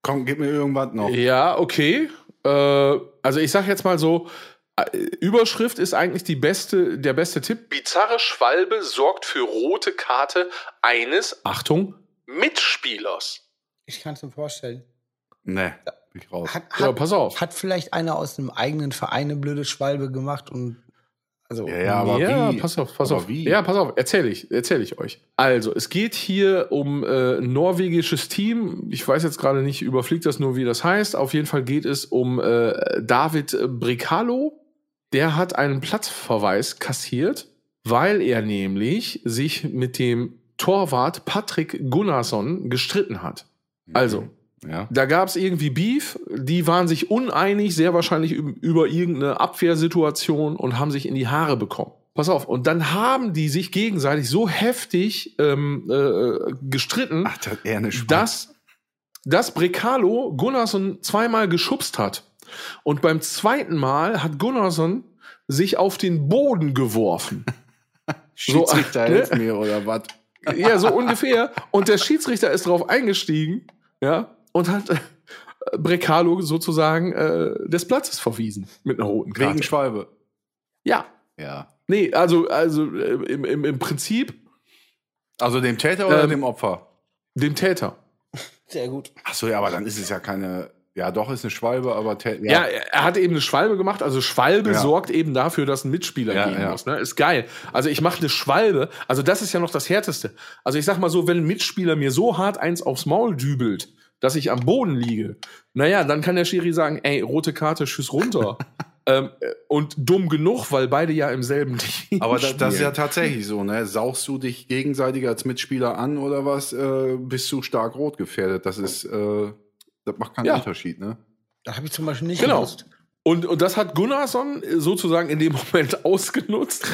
Komm, gib mir irgendwas noch. Ja, okay. Äh, also ich sag jetzt mal so, äh, Überschrift ist eigentlich die beste, der beste Tipp. Bizarre Schwalbe sorgt für rote Karte eines, Achtung, Mitspielers. Ich kann es mir vorstellen. Ne, bin ich raus. Hat, Oh. Ja, hat, pass auf. hat vielleicht einer aus einem eigenen Verein eine blöde Schwalbe gemacht und also Ja, ja, aber ja, wie? pass auf, pass Aber auf. wie? Ja, pass auf, erzähle ich, erzähl ich euch. Also, es geht hier um äh, ein norwegisches Team. Ich weiß jetzt gerade nicht, überfliegt das nur, wie das heißt. Auf jeden Fall geht es um äh, David Bricalo. Der hat einen Platzverweis kassiert, weil er nämlich sich mit dem Torwart Patrick Gunnarsson gestritten hat. Also, Ja. da gab es irgendwie Beef, die waren sich uneinig, sehr wahrscheinlich üb- über irgendeine Abwehrsituation und haben sich in die Haare bekommen. Pass auf, und dann haben die sich gegenseitig so heftig ähm, äh, gestritten, Ach, das eher eine Schwalbe. dass, dass Brecalo Gunnarsson zweimal geschubst hat. Und beim zweiten Mal hat Gunnarsson sich auf den Boden geworfen. so- Ne? Schiedsrichter, hilf mir oder was? Ja, so ungefähr. Und der Schiedsrichter ist drauf eingestiegen, ja, und hat, Brecalo sozusagen äh, des Platzes verwiesen mit einer roten Karte. Wegen Schwalbe. ja, Ja. nee, also, also äh, im, im, im Prinzip Also dem Täter oder Ähm, dem Opfer? dem Täter. Sehr gut. Achso, ja, aber dann ist es ja keine. Ja, doch, ist eine Schwalbe, aber Täter. Ja, er hat eben eine Schwalbe gemacht. Also Schwalbe Ja. sorgt eben dafür, dass ein Mitspieler Ja, gehen ja. muss. Ne? Ist geil. Also ich mache eine Schwalbe. Also das ist ja noch das Härteste. Also ich sag mal so, wenn ein Mitspieler mir so hart eins aufs Maul dübelt, dass ich am Boden liege, naja, dann kann der Schiri sagen, ey, rote Karte, schieß runter. ähm, äh, und dumm genug, weil beide ja im selben Team Aber das, das ist ja spielen. tatsächlich so, ne? Sauchst du dich gegenseitig als Mitspieler an oder was? Äh, bist du stark rot gefährdet? Das ist, äh, das macht keinen Ja. Unterschied, ne? Das habe ich zum Beispiel nicht Genau. gewusst. Und, und das hat Gunnarsson sozusagen in dem Moment ausgenutzt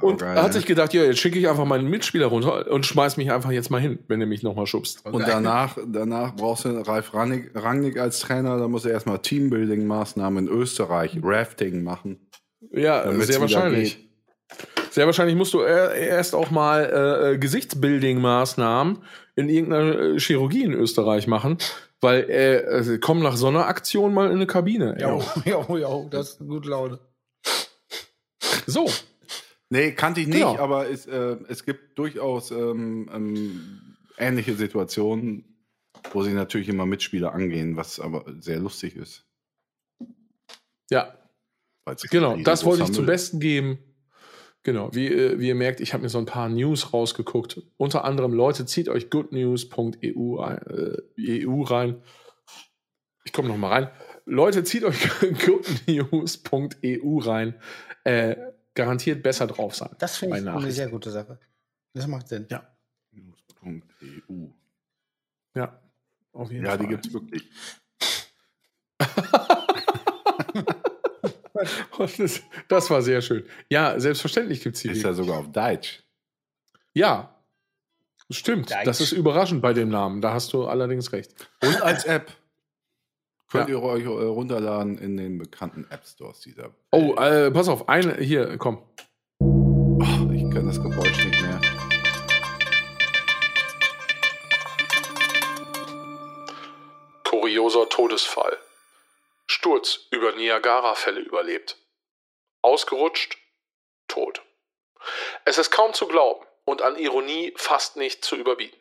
und geil, hat ne? sich gedacht, ja, jetzt schicke ich einfach meinen Mitspieler runter und schmeiß mich einfach jetzt mal hin, wenn du mich nochmal schubst. Und danach, danach brauchst du Ralf Rangnick, Rangnick als Trainer, da muss er erstmal Teambuilding-Maßnahmen in Österreich, Rafting machen. Ja, Damit's sehr wieder wahrscheinlich. Sehr wahrscheinlich musst du er- erst auch mal äh, äh, Gesichtsbuilding-Maßnahmen in irgendeiner äh, Chirurgie in Österreich machen, weil äh, äh, komm nach so einer Aktion mal in eine Kabine. ey. Ja, ja, ja, das ist eine gute Laune. So, Nee, kannte ich nicht, Genau. aber es, äh, es gibt durchaus ähm, ähm, ähnliche Situationen, wo sie natürlich immer Mitspieler angehen, was aber sehr lustig ist. ja, weil's genau, ein das wollte ich riesengroßer zum Müll- Besten geben. Genau, wie, äh, wie ihr merkt, ich habe mir so ein paar News rausgeguckt. Unter anderem, Leute, zieht euch goodnews.eu ein- äh, EU rein. Ich komme noch mal rein. Leute, zieht euch goodnews.eu rein. Äh, garantiert besser drauf sein. Das finde Bei ich eine Nachrichten. sehr gute Sache. Das macht Sinn. Ja, EU. ja. Auf jeden Ja, Fall. die gibt's wirklich. Und Das, das war sehr schön. Ja, selbstverständlich gibt es die. Ist ja sogar auf Deutsch. ja. Stimmt. Deitsch. Das ist überraschend bei dem Namen. Da hast du allerdings recht. Und als App. Könnt Ja. ihr euch äh, runterladen in den bekannten App Stores, die da. Oh, äh, pass auf. Eine, hier, komm. Ach, Ah, ich kann das Geräusch nicht mehr. Kurioser Todesfall. Sturz über Niagara-Fälle überlebt. Ausgerutscht, tot. Es ist kaum zu glauben und an Ironie fast nicht zu überbieten.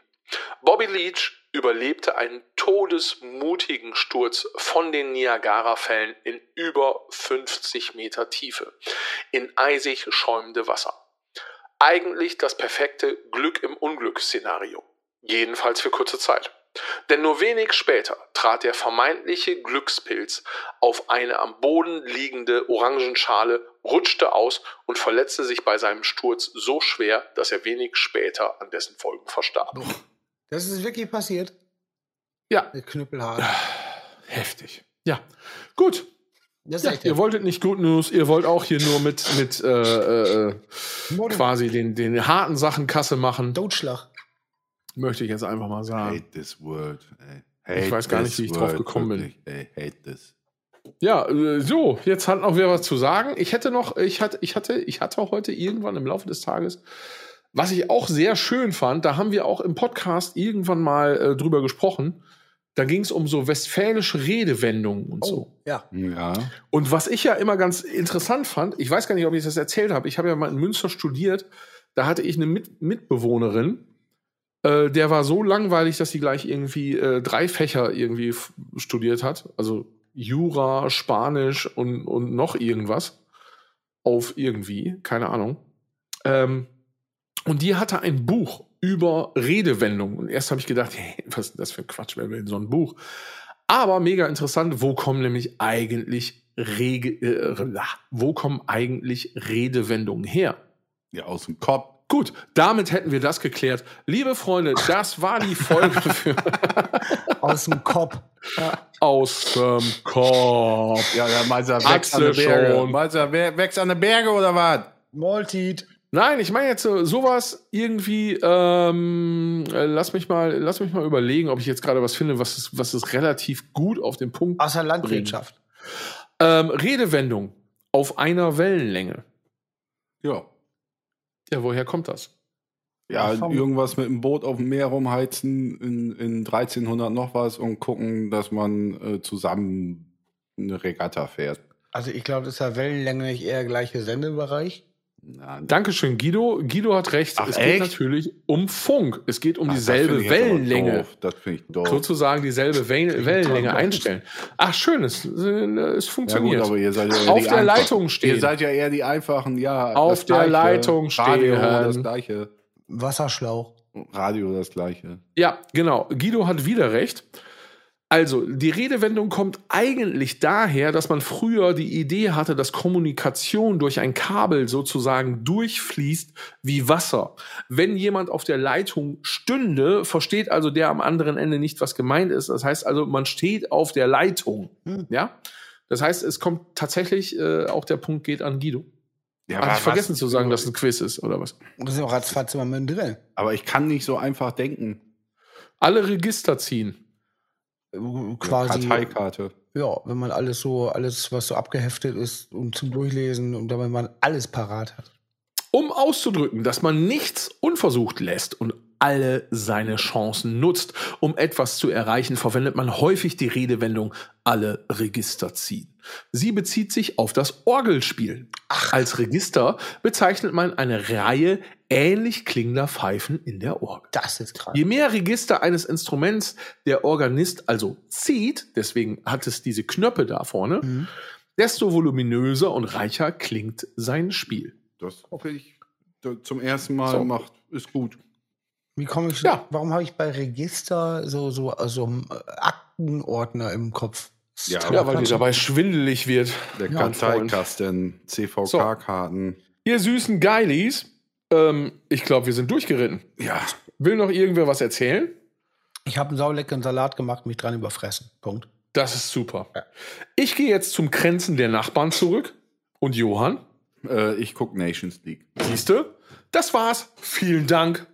Bobby Leach überlebte einen todesmutigen Sturz von den Niagara-Fällen in über 50 Meter Tiefe in eisig schäumende Wasser. Eigentlich das perfekte Glück im Unglück-Szenario. Jedenfalls für kurze Zeit. Denn nur wenig später trat der vermeintliche Glückspilz auf eine am Boden liegende Orangenschale, rutschte aus und verletzte sich bei seinem Sturz so schwer, dass er wenig später an dessen Folgen verstarb. Das ist wirklich passiert. Äh, Ja, Knüppelhart. heftig. Ja, gut. Das ist Ja, echt ihr wolltet nicht Good News, ihr wollt auch hier nur mit, mit äh, äh, äh, Mode- quasi den, den harten Sachen Kasse machen. Totschlag. Möchte ich jetzt einfach mal sagen. Hate this world. Ey. Ah. Ich Hate weiß gar nicht, this wie ich drauf world, gekommen bin. wirklich, Ey, hate this. Ja, äh, so, jetzt hat noch wer was zu sagen. Ich hätte noch, ich hatte, ich hatte, ich hatte auch heute irgendwann im Laufe des Tages, was ich auch sehr schön fand, da haben wir auch im Podcast irgendwann mal äh, drüber gesprochen. Da ging es um so westfälische Redewendungen und so. Ja. Ja. Und was ich ja immer ganz interessant fand, ich weiß gar nicht, ob ich das erzählt habe, ich habe ja mal in Münster studiert, da hatte ich eine Mit Mitbewohnerin, äh, der war so langweilig, dass sie gleich irgendwie äh, drei Fächer irgendwie f- studiert hat, also Jura, Spanisch und, und noch irgendwas auf irgendwie, keine Ahnung. Ähm, und die hatte ein Buch über Redewendungen. Und erst habe ich gedacht, hey, was ist das für ein Quatsch, wer will denn so ein Buch? Aber mega interessant, wo kommen nämlich eigentlich Rege, äh, la, wo kommen eigentlich Redewendungen her? Ja, aus dem Kopf. Gut, damit hätten wir das geklärt. Liebe Freunde, das war die Folge für Aus dem Kopf. Ja. aus dem Korb. Ja, der Meister wächst an der Berge. Meister Ah, wächst an der Berge oder was? Maltit. Nein, ich meine jetzt so, sowas irgendwie. Ähm, äh, lass mich mal, lass mich mal überlegen, ob ich jetzt gerade was finde, was es, was es relativ gut auf den Punkt. Außer Landwirtschaft. Ähm, Redewendung auf einer Wellenlänge. Ja. Ja, woher kommt das? Ja, Ach, vom- irgendwas mit dem Boot auf dem Meer rumheizen in, in 1300 noch was und gucken, dass man äh, zusammen eine Regatta fährt. Also ich glaube, das ist ja wellenlänglich eher gleiche Sendebereich. Nein. Dankeschön, Guido. Guido hat recht. Ach, es echt? geht natürlich um Funk. Es geht um Ach, das find dieselbe ich jetzt aber Wellenlänge. Doof. Das finde ich doof. Sozusagen dieselbe Wellen, Wellenlänge Traum. einstellen. Ach, schön, es, äh, es Ja, gut, funktioniert. aber ihr seid ja eher Auf die der Einfachen. Leitung stehen. Ihr seid ja eher die einfachen, ja. Auf der Leitung Radio, stehen. das gleiche. Wasserschlauch. Radio, das gleiche. Ja, genau. Guido hat wieder recht. Also, die Redewendung kommt eigentlich daher, dass man früher die Idee hatte, dass Kommunikation durch ein Kabel sozusagen durchfließt wie Wasser. Wenn jemand auf der Leitung stünde, versteht also der am anderen Ende nicht, was gemeint ist. Das heißt also, man steht auf der Leitung. Ja? Das heißt, es kommt tatsächlich, äh, auch der Punkt geht an Guido. Ja, Hatte ich vergessen zu sagen, dass es ein Quiz ist, oder was? Das ist ja auch ratzfatz immer mit drin. Aber ich kann nicht so einfach denken. Alle Register ziehen. Äh, Quasi. Karteikarte. Ja, wenn man alles so, alles, was so abgeheftet ist und zum Durchlesen und damit man alles parat hat. um auszudrücken, dass man nichts unversucht lässt und alle seine Chancen nutzt. Um etwas zu erreichen, verwendet man häufig die Redewendung alle Register ziehen. Sie bezieht sich auf das Orgelspiel. Als Register bezeichnet man eine Reihe ähnlich klingender Pfeifen in der Orgel. Das ist krass. Je mehr Register eines Instruments der Organist also zieht, deswegen hat es diese Knöpfe da vorne, Mhm. desto voluminöser und reicher klingt sein Spiel. Das hoffe ich da- zum ersten Mal Oh. So. macht. Ist gut. Wie komme ich? Ja. Warum habe ich bei Register so so so einen Aktenordner im Kopf? Ja, Ist Ja, weil doch- dir dabei schwindelig wird. Der Ja, Karteikasten, CVK-Karten. Ihr süßen Geilies, ähm, ich glaube, wir sind durchgeritten. Ja, Will noch irgendwer was erzählen? Ich habe einen sauleckeren Salat gemacht, mich dran überfressen. Punkt. Das ist super. Ich gehe jetzt zum Grenzen der Nachbarn zurück. Und Johann, äh, ich gucke Nations League. siehste, das war's. Vielen Dank.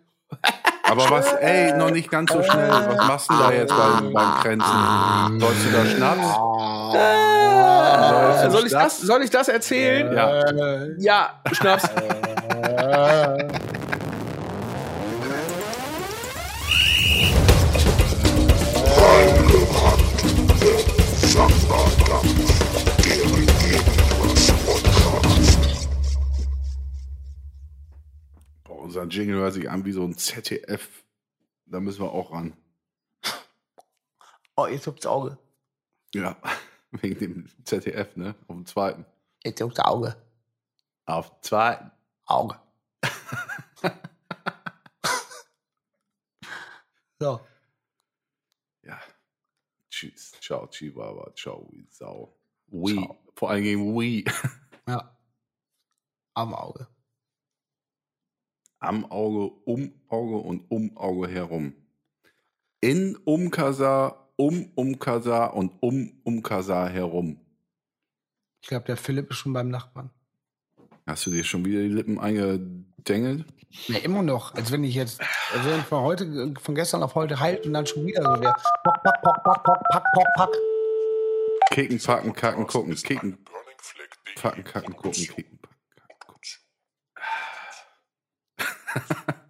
Aber was, ey, noch nicht ganz so schnell. Was machst du da jetzt beim, beim Grenzen? Sollst du da Schnaps? Äh, soll, ich Ah, Schnaps? das, soll ich das erzählen? Ja. Ja, Schnaps. Boah, unser Jingle hört sich an wie so ein ZDF. Da müssen wir auch ran. Oh, jetzt juckt's Auge. Ja, wegen dem ZDF, ne? Auf dem zweiten. Jetzt juckt's Auge. Auf dem zweiten. Auge. so. Ja. Tschüss. Ciao, Chihuahua. Ciao, wie Sau. Wee. Vor allem gegen Wee. Ja. Am Auge. Am Auge, um Auge und um Auge herum. In Umkasa, um Umkasa und um Umkasa herum. Ich glaube, der Philipp ist schon beim Nachbarn. Hast du dir schon wieder die Lippen eingedengelt? Ja, immer noch. Als wenn ich jetzt als wenn ich von heute, von gestern auf heute halt und dann schon wieder so wäre. Pock, pock, pock, pock, pock, pock, pock, pock. Kicken, packen, kacken, gucken. Kicken, packen, kacken, gucken. Kicken, packen, kacken, gucken.